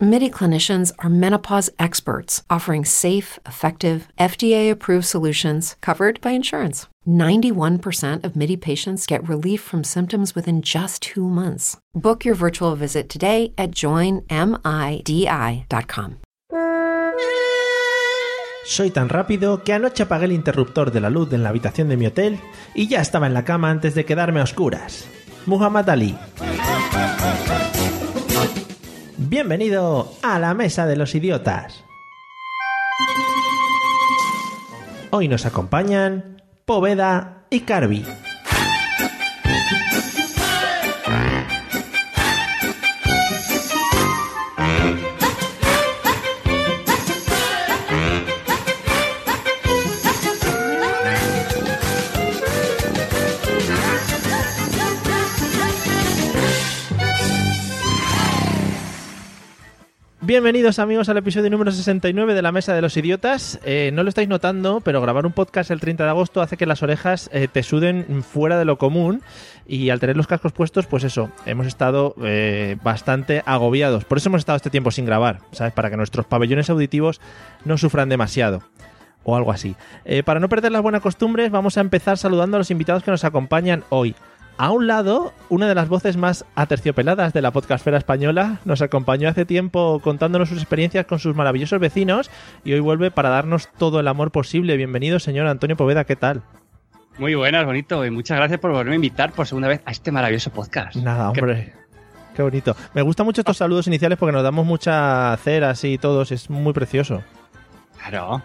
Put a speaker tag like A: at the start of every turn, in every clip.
A: MIDI clinicians are menopause experts offering safe, effective, FDA approved solutions covered by insurance. 91% of MIDI patients get relief from symptoms within just two months. Book your virtual visit today at joinmidi.com.
B: Soy tan rápido que anoche apagué el interruptor de la luz en la habitación de mi hotel y ya estaba en la cama antes de quedarme a oscuras. Muhammad Ali. Bienvenido a la Mesa de los Idiotas. Hoy nos acompañan Poveda y Carvi. Bienvenidos amigos al episodio número 69 de la Mesa de los Idiotas. Eh, no lo estáis notando, pero grabar un podcast el 30 de agosto hace que las orejas eh, te suden fuera de lo común y al tener los cascos puestos, pues eso, hemos estado eh, bastante agobiados. Por eso hemos estado este tiempo sin grabar, ¿sabes? Para que nuestros pabellones auditivos no sufran demasiado o algo así. Eh, para no perder las buenas costumbres, vamos a empezar saludando a los invitados que nos acompañan hoy. A un lado, una de las voces más aterciopeladas de la podcastfera española nos acompañó hace tiempo contándonos sus experiencias con sus maravillosos vecinos y hoy vuelve para darnos todo el amor posible. Bienvenido, señor Antonio Poveda, ¿qué tal?
C: Muy buenas, bonito. Y muchas gracias por volverme a invitar por segunda vez a este maravilloso podcast.
B: Nada,
C: Qué-
B: hombre. Qué bonito. Me gustan mucho estos saludos iniciales porque nos damos mucha cera así todos, es muy precioso.
C: Claro.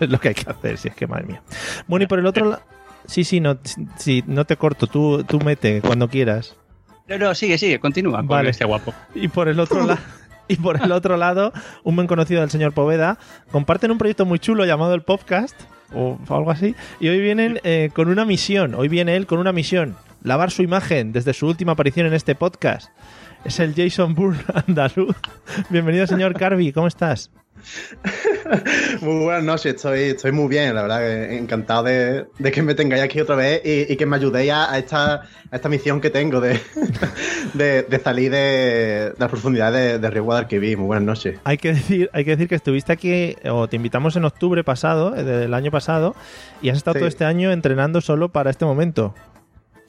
B: es lo que hay que hacer, si es que madre mía. Bueno, y por el otro lado. Sí, sí, no, sí, no te corto, tú, tú mete cuando quieras.
C: No, no, sigue, sigue, continúa. con
B: Vale.
C: este guapo.
B: Y por el otro lado. Y por el otro lado, un buen conocido del señor Poveda, comparten un proyecto muy chulo llamado el podcast, o algo así, y hoy vienen eh, con una misión, hoy viene él con una misión, lavar su imagen desde su última aparición en este podcast. Es el Jason Bourne andaluz. Bienvenido, señor Carby, ¿cómo estás?
D: Muy buenas noches, estoy, estoy muy bien, la verdad, que encantado de, de que me tengáis aquí otra vez y, y que me ayudéis a, a esta, a esta misión que tengo de, de, de salir de, de las profundidades de, de Río Guadalquivir. Muy buenas noches.
B: Hay que decir, hay que decir que estuviste aquí o te invitamos en octubre pasado, eh, del año pasado, y has estado
D: Sí.
B: todo este año entrenando solo para este momento.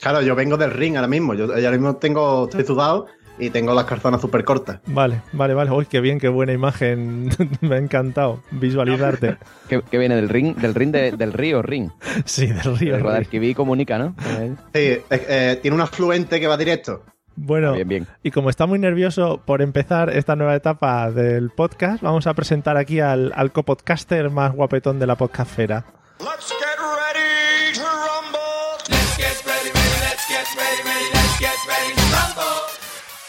D: Claro, yo vengo del ring ahora mismo, yo ahora mismo tengo, estoy sudado y tengo las calzonas súper cortas.
B: Vale, vale, vale. Uy, qué bien, qué buena imagen. Me ha encantado visualizarte.
E: Que, que viene del ring, del ring de- del río Ring.
B: Sí, del río.
E: El Rodarquiví comunica, ¿no?
D: Sí, eh, eh, tiene un afluente que va directo.
B: Bueno,
E: Bien, bien.
B: y como está muy nervioso por empezar esta nueva etapa del podcast, vamos a presentar aquí al, al copodcaster más guapetón de la podcastfera.
F: Let's get ready to rumble. Let's get ready, ready, let's get ready, ready, let's get ready to rumble.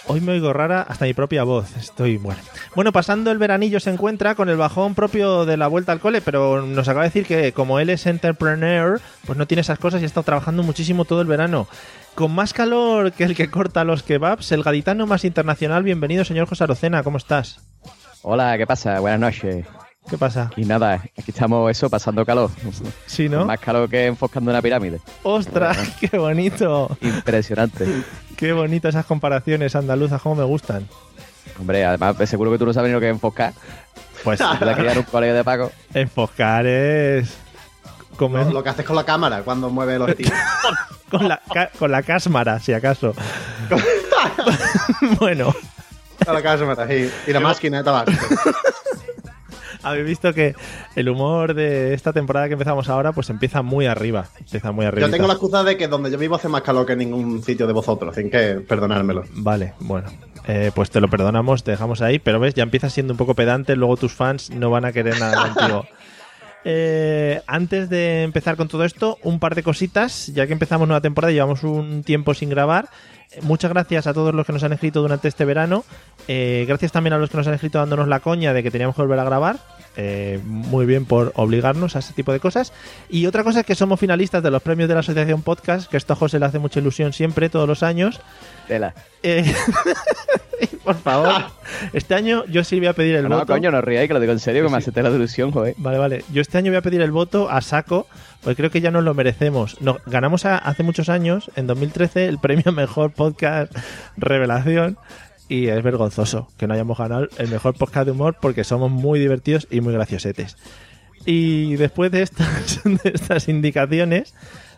B: Hoy me oigo rara hasta mi propia voz. Estoy bueno. Bueno, pasando el veranillo se encuentra con el bajón propio de la vuelta al cole, pero nos acaba de decir que como él es entrepreneur, pues no tiene esas cosas y ha estado trabajando muchísimo todo el verano. Con más calor que el que corta los kebabs, el gaditano más internacional, bienvenido señor José Arocena, ¿cómo estás?
E: Hola, ¿qué pasa? Buenas noches.
B: ¿Qué pasa?
E: Y nada, aquí estamos eso, pasando calor.
B: Sí, ¿no?
E: Más calor que enfoscando una pirámide.
B: ¡Ostras! ¡Qué bonito!
E: Impresionante.
B: ¡Qué bonito esas comparaciones andaluzas! ¿Cómo me gustan?
E: Hombre, además, seguro que tú no sabes ni lo que es enfoscar.
B: Pues
E: Te la criar un colega de Paco.
B: enfocar es... Comer,
D: Lo, lo que haces con la cámara cuando mueves los tiros.
B: Con la, ca- con la cásmara, si acaso. bueno,
D: Con la cámara, sí. Y la máquina de tabaco.
B: habéis visto que el humor de esta temporada que empezamos ahora, pues empieza muy arriba. Empieza muy arriba.
D: Yo tengo la excusa de que donde yo vivo hace más calor que en ningún sitio de vosotros, así que perdonármelo.
B: Vale, bueno. Eh, pues te lo perdonamos, te dejamos ahí, pero ves, ya empiezas siendo un poco pedante, luego tus fans no van a querer nada contigo. Eh, antes de empezar con todo esto, un par de cositas, ya que empezamos nueva temporada, llevamos un tiempo sin grabar. Eh, Muchas gracias a todos los que nos han escrito durante este verano. Eh, gracias también a los que nos han escrito dándonos la coña de que teníamos que volver a grabar. eh, muy bien por obligarnos a ese tipo de cosas. Y otra cosa es que somos finalistas de los premios de la Asociación Podcast, que esto a José le hace mucha ilusión siempre, todos los años.
E: Tela. Ah,
B: Eh, y por favor, este año yo sí voy a pedir el
E: No, no,
B: voto.
E: coño, no ríais, que lo digo en serio, que me hace tela de ilusión, joder.
B: Vale, vale. Yo este año voy a pedir el voto a saco, porque creo que ya nos lo merecemos. Nos, ganamos a- hace muchos años, en 2013, el premio Mejor Podcast Revelación. Y es vergonzoso que no hayamos ganado el mejor podcast de humor porque somos muy divertidos y muy graciosetes. Y después de estas, de estas indicaciones,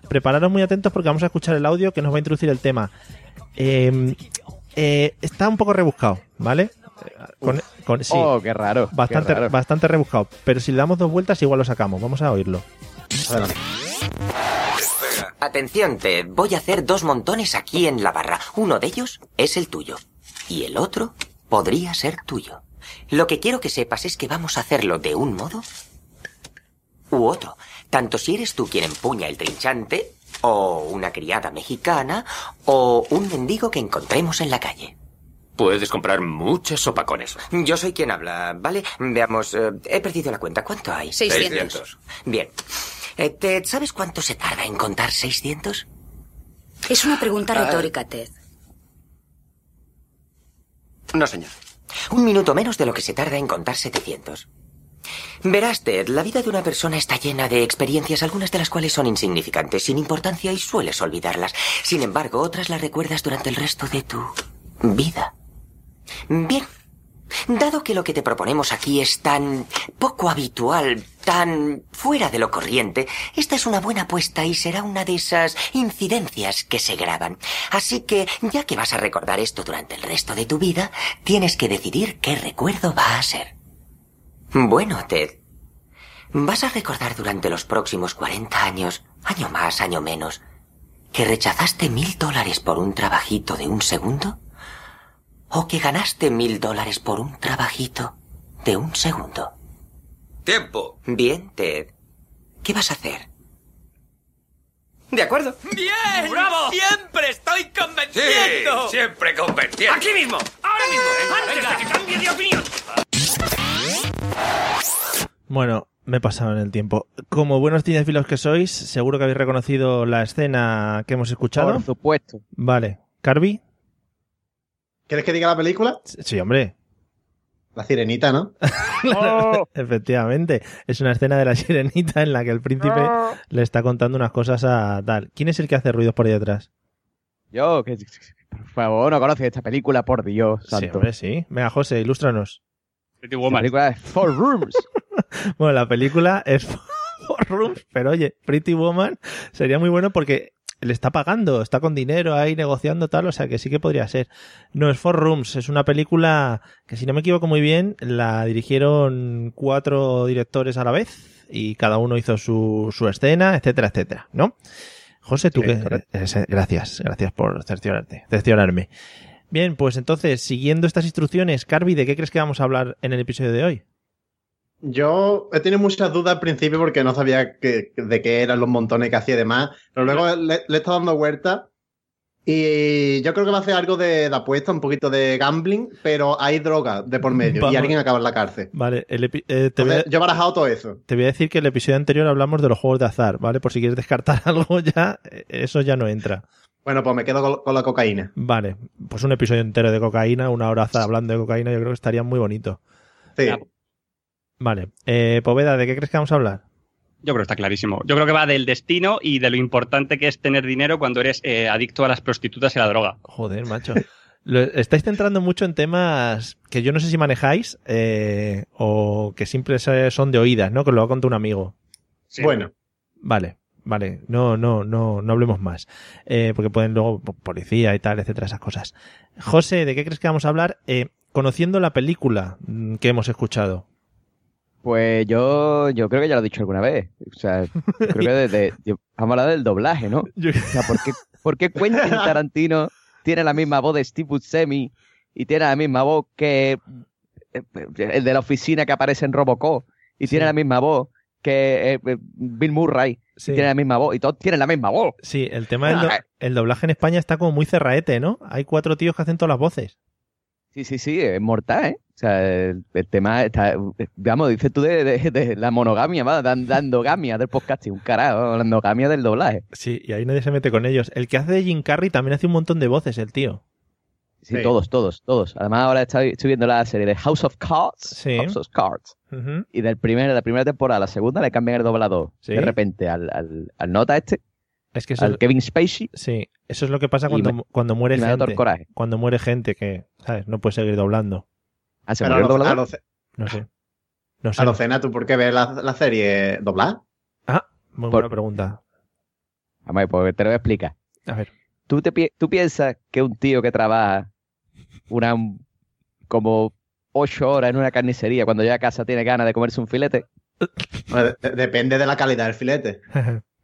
B: prepararos muy atentos porque vamos a escuchar el audio que nos va a introducir el tema. Eh, eh, está un poco rebuscado, ¿vale? Eh, Con, con- sí.
E: Oh, qué raro. qué
B: Bastante,
E: raro.
B: bastante rebuscado. Pero si le damos dos vueltas, igual lo sacamos. Vamos a oírlo.
D: Adelante.
G: Atención, te voy a hacer dos montones aquí en la barra. Uno de ellos es el tuyo. Y el otro podría ser tuyo. Lo que quiero que sepas es que vamos a hacerlo de un modo u otro. Tanto si eres tú quien empuña el trinchante, o una criada mexicana, o un mendigo que encontremos en la calle.
H: Puedes comprar mucha sopa con eso.
G: Yo soy quien habla, ¿vale? Veamos, eh, he perdido la cuenta. ¿Cuánto hay?
H: 600.
G: Bien. Eh, ¿te- ¿Sabes cuánto se tarda en contar 600?
I: Es una pregunta retórica, Ted.
H: No, señor.
G: Un minuto menos de lo que se tarda en contar 700. Verás, Ted, la vida de una persona está llena de experiencias, algunas de las cuales son insignificantes, sin importancia y sueles olvidarlas. Sin embargo, otras las recuerdas durante el resto de tu vida. Bien. Dado que lo que te proponemos aquí es tan poco habitual, tan fuera de lo corriente, esta es una buena apuesta y será una de esas incidencias que se graban. Así que, ya que vas a recordar esto durante el resto de tu vida, tienes que decidir qué recuerdo va a ser. Bueno, Ted, vas a recordar durante los próximos 40 años, año más, año menos, que rechazaste mil dólares por un trabajito de un segundo. ¿O que ganaste mil dólares por un trabajito de un segundo?
H: Tiempo.
G: Bien, Ted. ¿Qué vas a hacer?
H: De acuerdo.
F: ¡Bien! Eh, ¡Bravo! ¡Siempre estoy
H: Sí,
F: convenciendo!
H: siempre convenciendo.
F: ¡Aquí mismo! ¡Ahora mismo! ¡Antes
H: venga.
F: de que cambie de opinión!
B: Bueno, me he pasado en el tiempo. Como buenos cinefilos que sois, seguro que habéis reconocido la escena que hemos escuchado.
E: Por supuesto.
B: Vale. ¿Carby?
D: ¿Quieres que diga la película?
B: Sí, hombre.
D: La sirenita, ¿no?
E: Oh,
B: Efectivamente. Es una escena de la sirenita en la que el príncipe le está contando unas cosas a tal. ¿Quién es el que hace ruidos por ahí detrás?
E: yo, que, por favor, no conoces esta película, por Dios.
B: Sí,
E: Santo.
B: hombre, sí. Venga, José, ilústranos.
C: Pretty
E: la
C: Woman.
E: película es Four Rooms.
B: Bueno, la película es por Rooms, pero oye, Pretty Woman sería muy bueno porque le está pagando, está con dinero ahí negociando tal, o sea que sí que podría ser. No es Four Rooms, es una película que si no me equivoco muy bien, la dirigieron cuatro directores a la vez y cada uno hizo su, su escena, etcétera, etcétera, ¿no? José, tú
E: Sí,
B: que...
E: correcto.
B: eh, Gracias, gracias por cerciorarte, cerciorarme. Bien, pues entonces, siguiendo estas instrucciones, Carby, ¿de qué crees que vamos a hablar en el episodio de hoy?
D: Yo he tenido muchas dudas al principio porque no sabía que- de qué eran los montones que hacía y demás, pero luego le, le he estado dando vueltas y yo creo que va a hacer algo de, de apuesta, un poquito de gambling, pero hay droga de por medio
B: Vamos.
D: y alguien acaba en la cárcel.
B: Vale, el epi- eh, te voy a-
D: Entonces, yo he barajado todo eso.
B: Te voy a decir que el episodio anterior hablamos de los juegos de azar, ¿vale? Por si quieres descartar algo ya, eh, eso ya no entra.
D: Bueno, pues me quedo con, con la cocaína.
B: Vale, pues un episodio entero de cocaína, una hora azar hablando de cocaína, yo creo que estaría muy bonito.
D: Sí.
C: Ya.
B: Vale, eh, Poveda, ¿de qué crees que vamos a hablar?
C: Yo creo que está clarísimo. Yo creo que va del destino y de lo importante que es tener dinero cuando eres eh, adicto a las prostitutas y a la droga.
B: Joder, macho. Lo- estáis centrando mucho en temas que yo no sé si manejáis eh, o que siempre se- son de oídas, ¿no? Que lo ha contado un amigo.
C: Sí.
D: Bueno,
B: Vale, vale, no, no, no, no hablemos más. Eh, porque pueden luego po- policía y tal, etcétera, esas cosas. José, ¿de qué crees que vamos a hablar? Eh, conociendo la película mm, que hemos escuchado.
E: Pues yo, yo creo que ya lo he dicho alguna vez. O sea, creo que desde. yo- Vamos a hablar del doblaje, ¿no? O sea, ¿por qué, por qué Quentin Tarantino tiene la misma voz de Steve Buscemi y tiene la misma voz que eh, el de la oficina que aparece en Robocop y tiene
B: Sí.
E: la misma voz que eh, eh, Bill Murray
B: Sí,
E: tiene la misma voz y todos tienen la misma voz.
B: sí el tema del do-
E: Ah.
B: el doblaje en España está como muy cerraete, ¿no? Hay cuatro tíos que hacen todas las voces.
E: Sí, sí, sí, es mortal, ¿eh? O sea, el, el tema está. Vamos, dices tú de, de- de la monogamia, va, dan- dando gamia del podcast, un carajo, la endogamia del doblaje.
B: Sí, y ahí nadie se mete con ellos. El que hace de Jim Carrey también hace un montón de voces, el tío.
E: Sí,
D: Sí.
E: todos, todos, todos. Además, ahora estoy, estoy viendo la serie de House of Cards.
B: Sí.
E: House of Cards.
B: Ujú.
E: Y del primer, de la primera temporada a la segunda le cambian el doblador.
B: Sí.
E: De repente al, al, al nota este,
B: Es que eso,
E: al Kevin Spacey,
B: sí, eso es lo que pasa
E: Y
B: cuando,
E: me-
B: cuando
E: y
B: muere
E: me da todo el
B: gente.
E: coraje.
B: Cuando muere gente que, ¿sabes? No puede seguir doblando.
E: Ah, ¿se
D: Pero
E: murió
D: a
E: el
D: lo- a
E: doblador?
D: lo-
B: No sé. No sé.
D: a lo cena, ¿tú por qué ves la, la serie doblada?
B: Ah, muy
E: Por-
B: buena pregunta.
E: Hombre, pues te lo voy a explicar.
B: A ver.
E: ¿Tú, te pi- tú piensas que un tío que trabaja una, como ocho horas en una carnicería cuando llega a casa tiene ganas de comerse un filete?
D: Bueno, de- de- depende de la calidad del filete.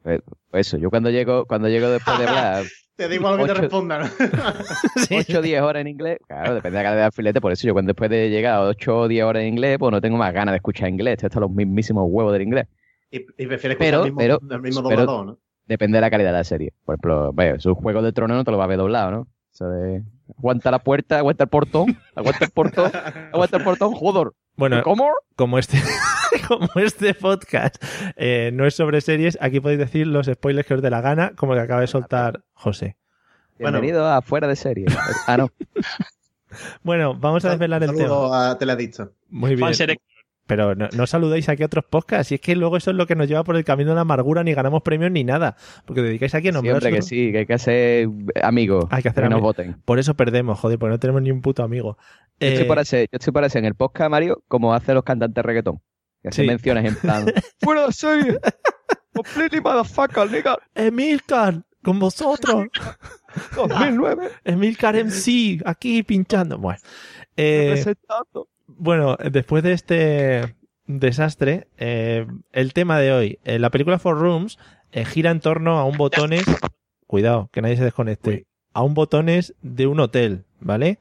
E: Pues eso, yo cuando llego, cuando llego después de hablar
D: Te da igual lo que te
E: Ocho-
D: respondan.
E: 8 o 10 horas en inglés, claro, depende de la calidad del filete, por eso yo cuando después de llegar a 8 o 10 horas en inglés, pues no tengo más ganas de escuchar inglés, esto está los mismísimos huevos del inglés.
D: y, y prefieres escuchar
E: Pero-
D: el mismo,
E: pero-
D: el mismo
E: pero-
D: doblador, ¿no?
E: Depende de la calidad de la serie. Por ejemplo, bueno, es un juego de trono no te lo va a ver doblado, ¿no? Eso de aguanta la puerta, aguanta el portón, aguanta el portón, aguanta el portón, jodor.
B: Bueno,
E: ¿Cómo?
B: como este, como este podcast eh, no es sobre series, aquí podéis decir los spoilers que os dé la gana, como el que acaba de soltar José.
D: Bueno.
E: Bienvenido a Fuera de Serie. Ah, no.
B: Bueno, vamos a desvelar el tema.
D: Saludo a Teledicto.
B: Muy bien.
C: Fanserec-
B: Pero no, no saludéis aquí a otros podcasts. Y es que luego eso es lo que nos lleva por el camino de la amargura, ni ganamos premios ni nada. Porque os dedicáis aquí a nombraros.
E: Siempre que sí, que hay que hacer amigos.
B: Hay que hacer
E: nos
B: amigos.
E: voten.
B: Por eso perdemos, joder, porque no tenemos ni un puto amigo.
E: Yo estoy
B: Eh,
E: para hacer, yo estoy para hacer en el podcast, Mario, como hacen los cantantes de reggaetón. Que hacen
B: Sí.
E: menciones en plan. ¡Fuera de serie! ¡Completely motherfucker, nigga!
B: Emilcar, con vosotros.
E: 2009,
B: Emilcar MC, aquí pinchando. Bueno, eh,
E: presentando.
B: bueno, después de este desastre, eh, el tema de hoy, eh, la película Four Rooms eh, gira en torno a un botones. Cuidado, que nadie se desconecte. A un botones de un hotel, ¿vale?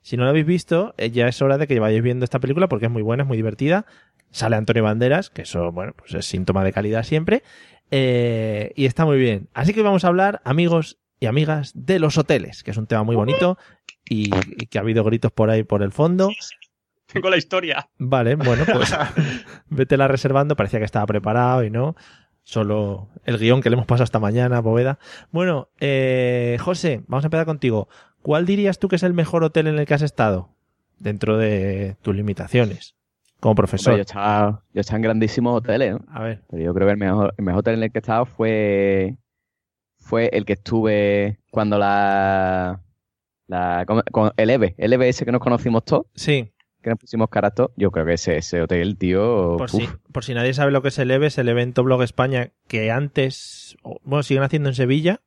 B: Si no lo habéis visto, eh, ya es hora de que vayáis viendo esta película porque es muy buena, es muy divertida. Sale Antonio Banderas, que eso, bueno, pues es síntoma de calidad siempre. eh, y está muy bien. Así que hoy vamos a hablar, amigos y amigas, de los hoteles, que es un tema muy bonito y- y que ha habido gritos por ahí por el fondo.
C: Tengo la historia.
B: Vale, bueno, pues vétela reservando. Parecía que estaba preparado y no. Solo el guión que le hemos pasado esta mañana, Bóveda. Bueno, eh, José, vamos a empezar contigo. ¿Cuál dirías tú que es el mejor hotel en el que has estado? Dentro de tus limitaciones, como
E: Hombre,
B: profesor.
E: yo, estaba, yo estaba en grandísimos hoteles, ¿no?
B: A ver,
E: Pero yo creo que el mejor, el mejor hotel en el que he estado fue, fue el que estuve cuando la. la con, con el EVE, el EVE ese que nos conocimos todos,
B: sí,
E: que nos pusimos caras todos. Yo creo que ese, ese hotel, tío.
B: por
E: uf,
B: si, por si nadie sabe lo que es el EVE, es el evento Blog España que antes, o- bueno, siguen haciendo en Sevilla,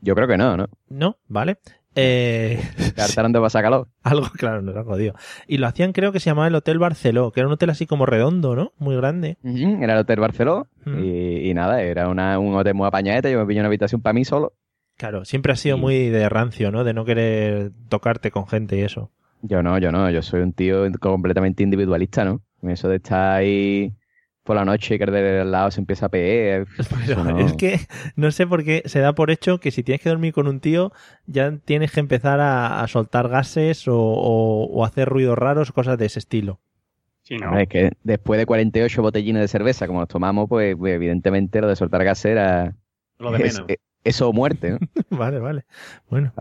E: Yo creo que no, ¿no?
B: ¿no? ¿Vale? Eh,
E: Te hartaron de pasar calor.
B: Algo, claro, nos han jodido. Y lo hacían, creo que se llamaba el Hotel Barceló, que era un hotel así como redondo, ¿no? Muy grande.
E: Ujú, Era el Hotel Barceló
B: Mm.
E: y, y nada, era una, un hotel muy apañadete. Yo me pillé una habitación para mí solo.
B: Claro, siempre ha sido
E: Sí.
B: muy de rancio, ¿no? De no querer tocarte con gente y eso.
E: Yo no, yo no, yo soy un tío completamente individualista, ¿no? Eso de estar ahí por la noche y que el del lado se empieza a pegar.
B: Pero
E: eso no.
B: es que no sé por qué se da por hecho que si tienes que dormir con un tío, ya tienes que empezar a, a soltar gases o, o- o hacer ruidos raros o cosas de ese estilo.
C: Sí, no.
E: No, Es que después de 48 botellines de cerveza, como nos tomamos, pues pues, evidentemente lo de soltar gas era
D: Lo de
E: es-
D: menos.
E: es- eso o muerte, ¿no?
B: vale, vale. Bueno,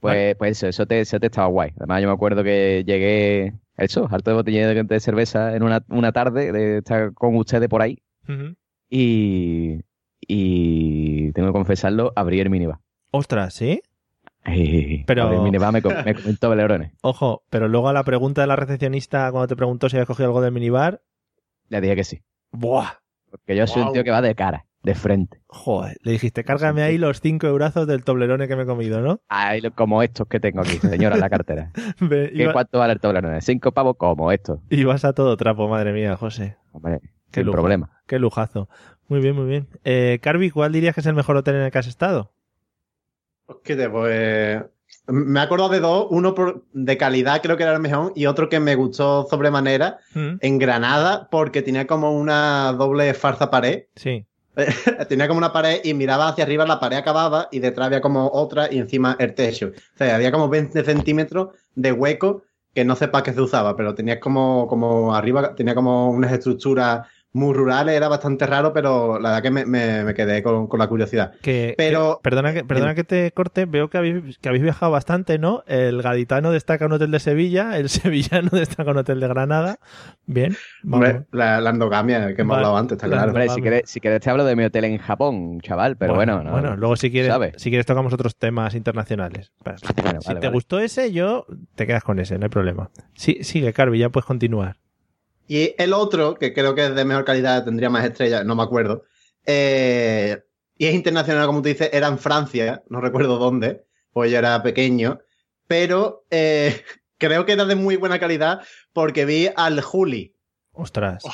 E: Pues, pues eso, eso te, eso te estaba guay. Además, yo me acuerdo que llegué, eso, harto de botellines de, de cerveza en una, una tarde de estar con ustedes por ahí.
B: Ujú.
E: Y, y tengo que confesarlo, abrí el minibar.
B: ostras, ¿sí? Pero-
E: Pero... Abrí el minibar, me, co- me comentó Belerones.
B: Ojo, pero luego a la pregunta de la recepcionista cuando te preguntó si habías cogido algo del minibar,
E: Le dije que sí.
B: ¡buah!
E: Porque yo soy un
D: Guau.
E: tío que va de cara, de frente.
B: Joder, le dijiste, cárgame ahí los cinco eurazos del toblerone que me he comido, ¿no?
E: Ay, lo- como estos que tengo aquí, señora, en la cartera.
B: Ve,
E: ¿Qué,
B: iba-
E: ¿Cuánto vale el toblerone? Cinco pavos como estos.
B: ibas a todo trapo, madre mía, José.
E: Hombre,
B: Qué
E: qué
B: lujo.
E: problema.
B: Qué lujazo. Muy bien, muy bien. Eh, Carvi, ¿cuál dirías que es el mejor hotel en el que has estado?
D: ¿Qué te pues? Me he acordado de dos, uno por- de calidad creo que era el mejor y otro que me gustó sobremanera
B: Mm,
D: en Granada porque tenía como una doble farsa pared
B: Sí.
D: tenía como una pared y miraba hacia arriba, la pared acababa y detrás había como otra y encima el techo. O sea, había como 20 centímetros de hueco que no sé para qué se usaba, pero tenías como, como arriba, tenía como unas estructuras muy rurales, era bastante raro, pero la verdad que me, me- me quedé con, con la curiosidad.
B: Que,
D: Pero-
B: que- perdona, que, perdona que te corte, veo que habéis, que habéis viajado bastante, ¿no? El gaditano destaca un hotel de Sevilla, el sevillano destaca un hotel de Granada. Bien, vamos.
D: Hombre, la, la endogamia que hemos
B: Vale.
D: hablado antes, está
B: Claro.
D: claro.
E: Hombre, si
B: vamos.
E: quieres, si quieres te hablo de mi hotel en Japón, chaval, pero bueno, no.
B: bueno, luego si quieres,
E: ¿Sabe?
B: si quieres tocamos otros temas internacionales. Pues, Pero,
E: Bueno,
B: si
E: vale,
B: te
E: vale.
B: gustó ese, yo te quedas con ese, no hay problema. Sí, sigue, Carvi, ya puedes continuar.
D: Y el otro, que creo que es de mejor calidad, tendría más estrellas, no me acuerdo. eh, y es internacional, como tú dices, era en Francia, no recuerdo dónde, pues yo era pequeño. Pero eh, creo que era de muy buena calidad porque vi al Juli.
B: Ostras.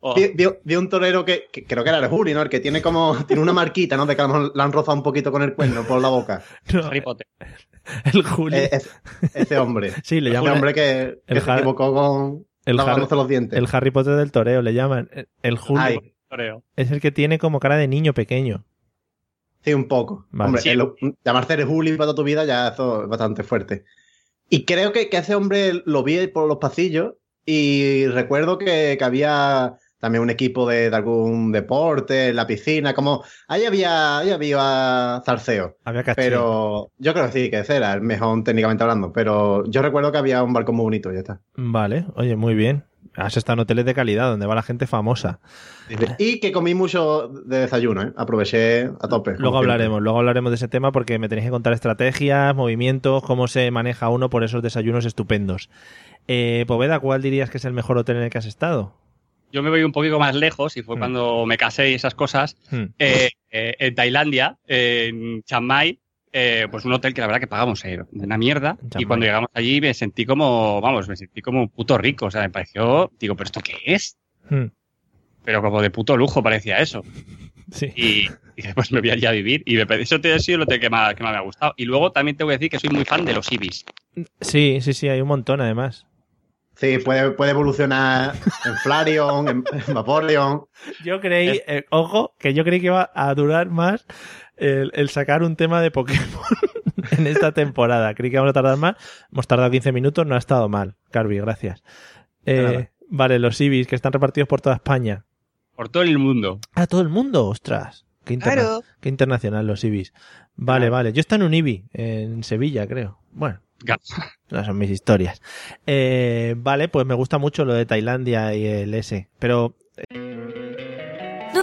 C: Oh,
D: Vi, vi- vi un torero que, que creo que era el Juli, ¿no? El que tiene como. Tiene una marquita, ¿no? De que a lo mejor le han rozado un poquito con el cuerno por la boca.
B: No,
C: Harry Potter.
B: el Juli.
D: Eh, es- ese hombre.
B: sí, le
D: Ese
B: llaman
D: hombre que, que
B: el
D: se
B: Har-
D: equivocó con.
B: el Har-
D: lavándose los dientes.
B: el Harry Potter del toreo, le llaman. El- El Juli
D: Ay,
C: Creo.
B: es el que tiene como cara de niño pequeño.
D: Sí, un poco.
B: Vale.
D: Hombre,
C: Sí.
D: el- llamarse eres Juli para toda tu vida ya eso es bastante fuerte. Y creo que, que ese hombre lo vi por los pasillos y recuerdo que, que había también un equipo de, de algún deporte, en la piscina, como ahí había, ahí había zarceo.
B: Había caché.
D: Pero yo creo que sí, que ese era el mejor técnicamente hablando. Pero yo recuerdo que había un balcón muy bonito, ya está.
B: Vale, oye, muy bien. Has estado en hoteles de calidad donde va la gente famosa.
D: Y que comí mucho de desayuno, ¿eh? aproveché a tope.
B: Luego hablaremos, luego hablaremos de ese tema porque me tenéis que contar estrategias, movimientos, cómo se maneja uno por esos desayunos estupendos. Eh, Poveda, ¿cuál dirías que es el mejor hotel en el que has estado?
C: Yo me voy un poquito más lejos y fue
B: Mm.
C: cuando me casé y esas cosas.
B: Hmm.
C: eh, eh, en Tailandia, eh, en Chiang Mai, eh, pues un hotel que la verdad que pagamos eh, una mierda.
B: En Chiang
C: Y cuando
B: Mai.
C: llegamos allí me sentí como, vamos, me sentí como un puto rico. O sea, me pareció, digo, ¿pero esto qué es?
B: Hmm.
C: Pero como de puto lujo parecía eso.
B: Sí.
C: Y dije, pues me voy allí a vivir. Y me pedí, eso te ha sido el hotel que más, que más me ha gustado. Y luego también te voy a decir que soy muy fan de los ibis.
B: sí, sí, sí, hay un montón además.
D: Sí, puede, puede evolucionar en Flareon, en, en Vaporeon.
B: Yo creí, eh, ojo, que yo creí que iba a durar más el, el sacar un tema de Pokémon en esta temporada. Creí que vamos a tardar más. Hemos tardado 15 minutos, no ha estado mal. Carvi, gracias. Eh,
D: nada.
B: vale, los ibis que están repartidos por toda España.
C: Por todo el mundo.
B: Ah, todo el mundo, ostras. Qué, interna- qué internacional los ibis. Vale,
C: Claro.
B: vale. Yo estoy en un ibi, en Sevilla, creo. Bueno.
C: Claro.
B: No son mis historias. Eh, vale, pues me gusta mucho lo de Tailandia y el S. Pero
I: ¿No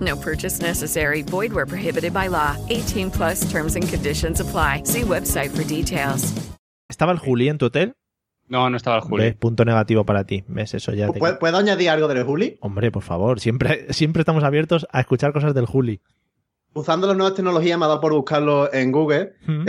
J: No purchase necessary. Void where prohibited by law. 18 plus terms and conditions apply. See website for details.
B: ¿estaba el Juli en tu hotel?
C: No, no estaba el Julio.
B: ¿Ves? Punto negativo para ti. ¿Ves? Eso ya te...
D: ¿Puedo, puedo añadir algo del Juli?
B: Hombre, por favor, siempre, siempre estamos abiertos a escuchar cosas del Juli.
D: Usando las nuevas tecnologías me ha dado por buscarlo en Google
B: Mm.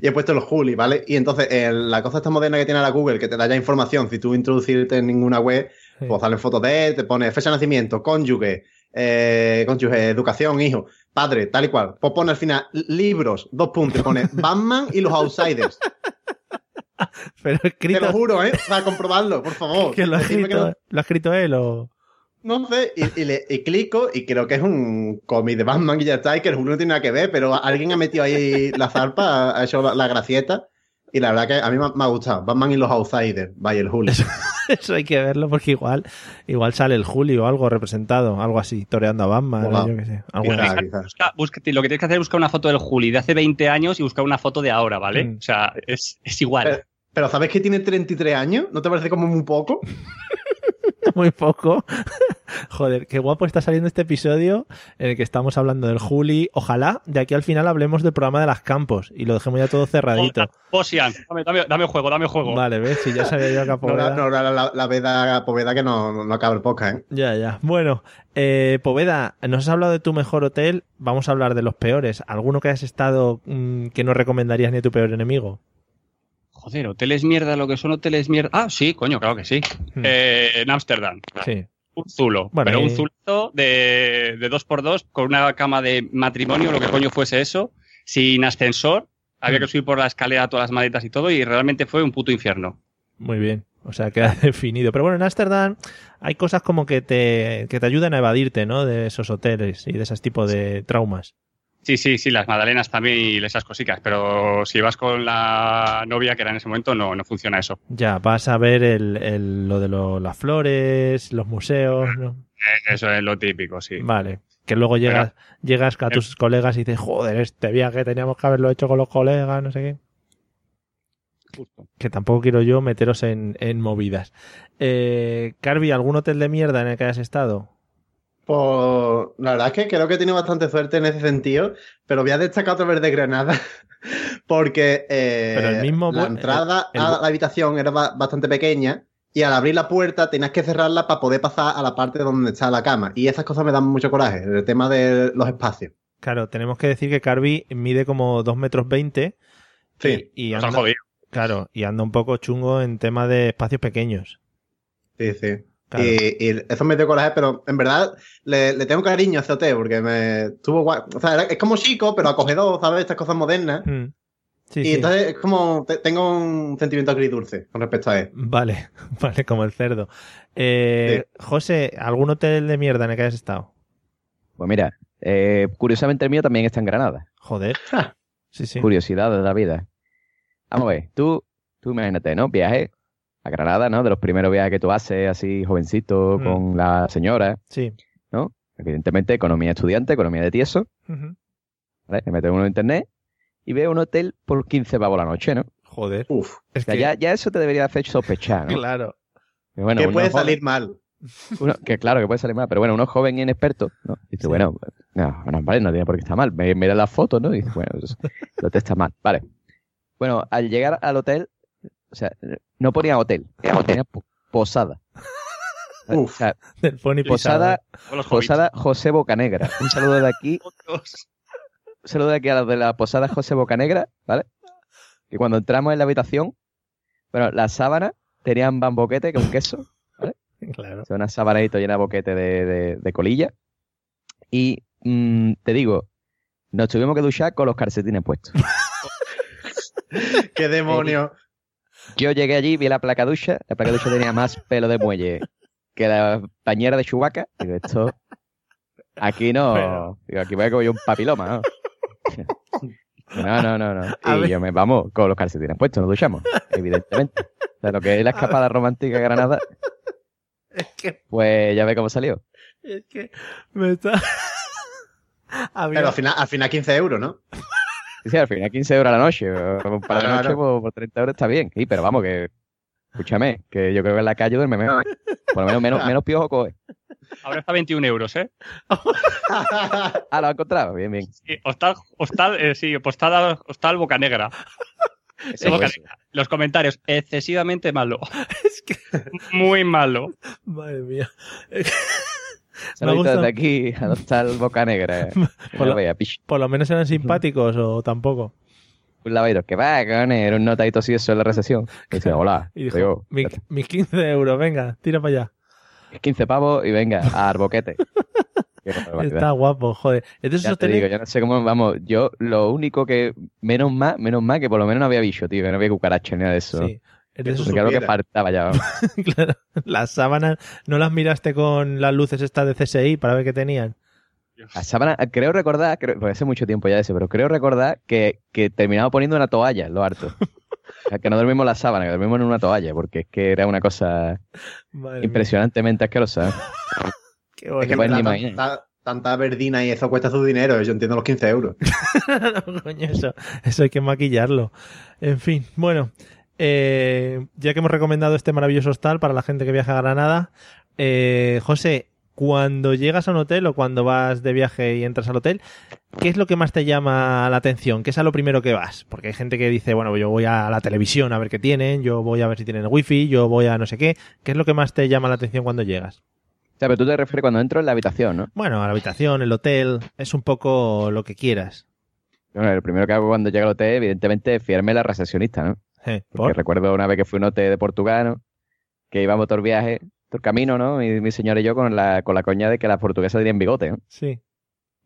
D: y he puesto los Juli, ¿vale? Y entonces eh, la cosa esta moderna que tiene la Google, que te da ya información, si tú introducirte en ninguna web,
B: Sí.
D: pues salen fotos de él, te pone fecha de nacimiento, cónyuge, eh, cónyuge, educación, hijo, padre, tal y cual. Pues pone al final libros, dos puntos, pone Batman y los Outsiders.
B: Pero
D: Te lo
B: escrito...
D: juro, ¿eh? Para comprobarlo, por favor.
B: Que lo, ha
D: Decidme que
B: escrito,
D: no-
B: ¿Lo ha escrito él o...?
D: No sé, y, y le, y clico y creo que es un cómic de Batman y ya está, y que el Julio no tiene nada que ver, pero alguien ha metido ahí la zarpa, ha hecho la, la gracieta, y la verdad que a mí me, ha- me ha gustado. Batman y los Outsiders, vaya el Julio.
B: Eso hay que verlo porque igual igual sale el Juli o algo representado, algo así, toreando a Batman,
D: Hola.
B: yo qué sé. Algo
D: Quizá,
B: así.
D: quizá.
C: Busca- busca- lo que tienes que hacer es buscar una foto del Juli de hace 20 años y buscar una foto de ahora, ¿vale?
B: Mm.
C: O sea, es, es igual.
D: Pero ¿sabes que tiene 33 años? ¿No te parece como muy poco?
B: Muy poco. Joder, qué guapo está saliendo este episodio en el que estamos hablando del Juli. Ojalá de aquí al final hablemos del programa de las campos y lo dejemos ya todo cerradito.
C: Posian, dame, dame, dame juego, dame juego.
B: Vale, ves, si ya sabía yo que
D: No,
B: Poveda-
D: la, no, la, la- la veda Poveda que no, no, no acaba el podcast, ¿eh?
B: Ya, ya. Bueno, eh, Poveda, nos has hablado de tu mejor hotel. Vamos a hablar de los peores. ¿Alguno que hayas estado mm, que no recomendarías ni a tu peor enemigo?
C: Joder, hoteles mierda, lo que son hoteles mierda. Ah, sí, coño, claro que sí. Eh, en Ámsterdam.
B: Hmm. Sí.
C: Un zulo.
B: Bueno,
C: pero
B: eh.
C: un zulito de, de dos por dos con una cama de matrimonio, lo que coño fuese eso, sin ascensor. Había
B: Mm.
C: que subir por la escalera todas las maletas y todo, y realmente fue un puto infierno.
B: Muy bien. O sea, queda definido. Pero bueno, en Ámsterdam hay cosas como que te, que te ayudan a evadirte, ¿no? De esos hoteles y de esos tipos de traumas.
C: Sí, sí, sí, las magdalenas también y esas cositas, pero si vas con la novia que era en ese momento, no, no funciona eso.
B: Ya, vas a ver el, el- lo de lo- las flores, los museos, ¿no?
C: Eh, Eso es lo típico, sí.
B: Vale. Que luego llegas, llegas
D: eh,
B: a tus colegas y dices, joder, este viaje teníamos que haberlo hecho con los colegas, no sé qué. Que tampoco quiero yo meteros en, en movidas. Eh, Carvi, ¿algún hotel de mierda en el que hayas estado?
D: Pues la verdad es que creo que he tenido bastante suerte en ese sentido, pero voy a destacar otra vez de Granada, porque eh,
B: Pero el mismo
D: la
B: bu-
D: entrada
B: el- el
D: a
B: bu-
D: la habitación era ba- bastante pequeña y al abrir la puerta tenías que cerrarla para poder pasar a la parte donde está la cama. Y esas cosas me dan mucho coraje, el tema de los espacios.
B: Claro, tenemos que decir que Carvi mide como 2 metros 20.
D: Sí,
B: y, y
D: nos han
B: anda,
D: jodido.
B: Claro, y anda un poco chungo en tema de espacios pequeños.
D: Sí, sí.
B: Claro.
D: Y, y eso me dio coraje, pero en verdad le, le tengo cariño a ese hotel porque me estuvo guay. O sea, era- es como chico, pero acogedor, ¿sabes? Estas cosas modernas.
B: Mm. Sí,
D: y
B: sí.
D: entonces es como. te- tengo un sentimiento agridulce con respecto a él.
B: Vale, vale, como el cerdo. Eh, José, ¿algún hotel de mierda en el que hayas estado?
E: Pues mira, eh, curiosamente el mío también está en Granada.
B: Joder. Sí, sí.
E: Curiosidad de la vida. Vamos a ver, tú, tú imagínate, ¿no? Viaje a Granada, ¿no? De los primeros viajes que tú haces, así jovencito,
B: Mm.
E: con la señora,
B: Sí.
E: ¿no? Evidentemente, economía estudiante, economía de tieso,
B: Ujú.
E: ¿vale? Me meto uno en internet y veo un hotel por 15 pavos la noche, ¿no?
B: Joder.
D: Uf.
E: O sea, ya, ya eso te debería hacer sospechar, ¿no?
B: Claro.
E: Que, bueno, pues
D: que
E: uno
D: puede
E: joven-
D: salir mal.
E: uno- que claro, que puede salir mal, pero bueno, uno joven inexperto, ¿no? Dice, bueno, no, no, vale, no tiene por qué estar mal. Me- Mira las fotos, ¿no? Y dice, bueno, eso- el hotel está mal, vale. Bueno, al llegar al hotel, o sea, no ponía hotel, ponía po- posada. O sea,
B: Del Pony
E: posada,
B: Pisado. Los hobbits.
E: posada José Bocanegra. Un saludo de aquí. Un saludo de aquí a los de la posada José Bocanegra, ¿vale? Que cuando entramos en la habitación, bueno, las sábanas tenían bamboquete con queso.
B: ¿eh? Claro.
E: O sea, una sabanadito llena de boquete de, de- de colilla. Y mm, te digo, nos tuvimos que duchar con los calcetines puestos.
D: ¡Qué demonio!
E: Yo llegué allí, vi la placa ducha. La placa ducha tenía más pelo de muelle que la pañera de Chewbacca. Digo, esto. Aquí no.
B: Pero-
E: Digo, aquí voy a comer yo un papiloma, ¿no? No, no, no, no.
B: A
E: Y
B: ver.
E: yo me vamos con los calcetines puestos, nos duchamos, evidentemente. O sea, lo que es la escapada romántica de Granada,
B: Es que,
E: pues ya ve cómo salió.
B: es que me está... Había-
D: Pero al final, al final 15 euros, ¿no?
E: Sí, al final 15 euros a la noche. o Para la
D: Claro.
E: noche por, por 30 euros está bien. Sí, pero vamos, que. Escúchame, que yo creo que en la calle duerme mejor. Por lo menos menos, menos piojo coge.
C: Ahora está 21 euros, ¿eh?
E: Ah, lo ha encontrado. Bien, bien.
C: Sí, Eh, hostal, hostal, eh, sí, postada, hostal Boca Negra.
E: Eso,
C: Boca
E: eso.
C: Negra. Los comentarios, excesivamente malo. Muy malo.
B: Madre mía. Me
E: Saludito
B: gusta-
E: desde aquí al hostal Boca Negra.
B: Por
E: Bueno,
B: lo-
E: vaya, pich.
B: Por lo menos eran simpáticos o tampoco.
E: Un lavadito. Que va, cabrón. Era un notadito así, eso en la recesión. Y dice, hola.
B: Y dijo,
E: Digo,
B: "Mi- mis 15 euros, venga, tira para allá.
E: 15 pavos y venga, a arboquete. Qué barbaridad.
B: Está guapo, joder. Es de esos
E: Ya te digo,
B: hoteles...
E: yo no sé cómo, vamos, yo lo único que, menos más, menos más que por lo menos no había bicho, tío, que no había cucaracha ni nada de eso.
B: Sí. Es de
E: Eso
B: esos-
E: claro que
D: supiera.
E: faltaba ya. vamos.
B: claro, las sábanas, ¿no las miraste con las luces estas de CSI para ver qué tenían?
E: La sábana, creo recordar, creo, porque hace mucho tiempo ya de eso, pero creo recordar que, que terminaba poniendo una toalla en lo harto. O sea, que no dormimos en la sábana, que dormimos en una toalla, porque es que era una cosa
B: Madre mía,
E: impresionantemente asquerosa.
B: qué
D: Es que
E: Bueno,
D: tanta-
E: imagina.
D: tanta- tanta verdina y eso cuesta su dinero. Yo entiendo los 15 euros.
B: No, coño, eso, eso hay que maquillarlo. En fin, bueno. eh, ya que hemos recomendado este maravilloso hostal para la gente que viaja a Granada, eh, José, cuando llegas a un hotel o cuando vas de viaje y entras al hotel, ¿qué es lo que más te llama la atención? ¿Qué es a lo primero que vas? Porque hay gente que dice, bueno, yo voy a la televisión a ver qué tienen, yo voy a ver si tienen el wifi, yo voy a no sé qué. ¿Qué es lo que más te llama la atención cuando llegas?
E: O sea, pero tú te refieres cuando entro en la habitación, ¿no?
B: Bueno, a la habitación, el hotel, es un poco lo que quieras.
E: Bueno, lo primero que hago cuando llego al hotel, evidentemente, es fiarme a la recepcionista, ¿no?
B: Eh,
E: Porque recuerdo una vez que fui a un hotel de portugano, que íbamos todo el viaje, todo el camino, ¿no? Y mi señora y yo con la, con la coña de que las portuguesas tenían bigote, ¿no?
B: Sí.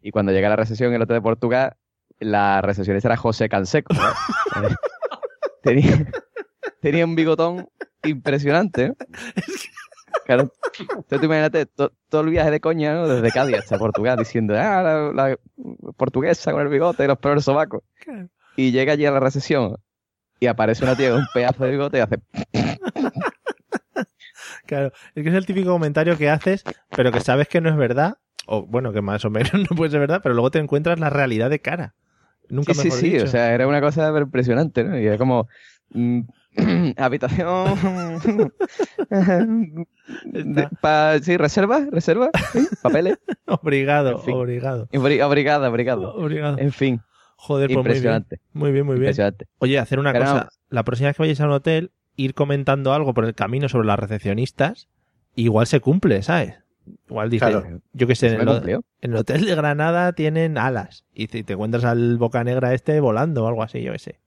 E: Y cuando llegué a la recesión en el hotel de Portugal, la recepcionista era José Canseco, ¿no? tenía, tenía un bigotón impresionante, ¿no? Claro, entonces tú imagínate to- todo el viaje de coña, ¿no? Desde Cádiz hasta Portugal, diciendo, ah, la, la portuguesa con el bigote y los pelos del sobaco. Y llega allí a la recesión y aparece una tía con un pedazo de bigote y hace,
B: Claro, es que es el típico comentario que haces, pero que sabes que no es verdad, o bueno, que más o menos no puede ser verdad, pero luego te encuentras la realidad de cara. Nunca
E: sí, sí,
B: mejor
E: sí,
B: dicho.
E: o sea, era una cosa pero impresionante, ¿no? Y era como, mm, habitación, de- pa- sí, reserva, reserva, sí, papeles.
B: Obrigado,
E: En fin.
B: obrigado.
E: Obri- Obrigada, obrigado.
B: Obrigado.
E: En fin.
B: Joder, pues muy bien.
E: impresionante.
B: Muy bien, muy bien.
E: Impresionante.
B: Oye, hacer una
E: Pero
B: cosa,
E: no.
B: la próxima vez que vayáis a un hotel, ir comentando algo por el camino sobre las recepcionistas, igual se cumple, ¿sabes? Igual dices,
E: Claro.
B: yo que sé,
E: Se
B: en
E: me
B: el, ho-
E: cumplió.
B: en el hotel de Granada tienen alas y te, te encuentras al boca negra este volando o algo así, yo que sé.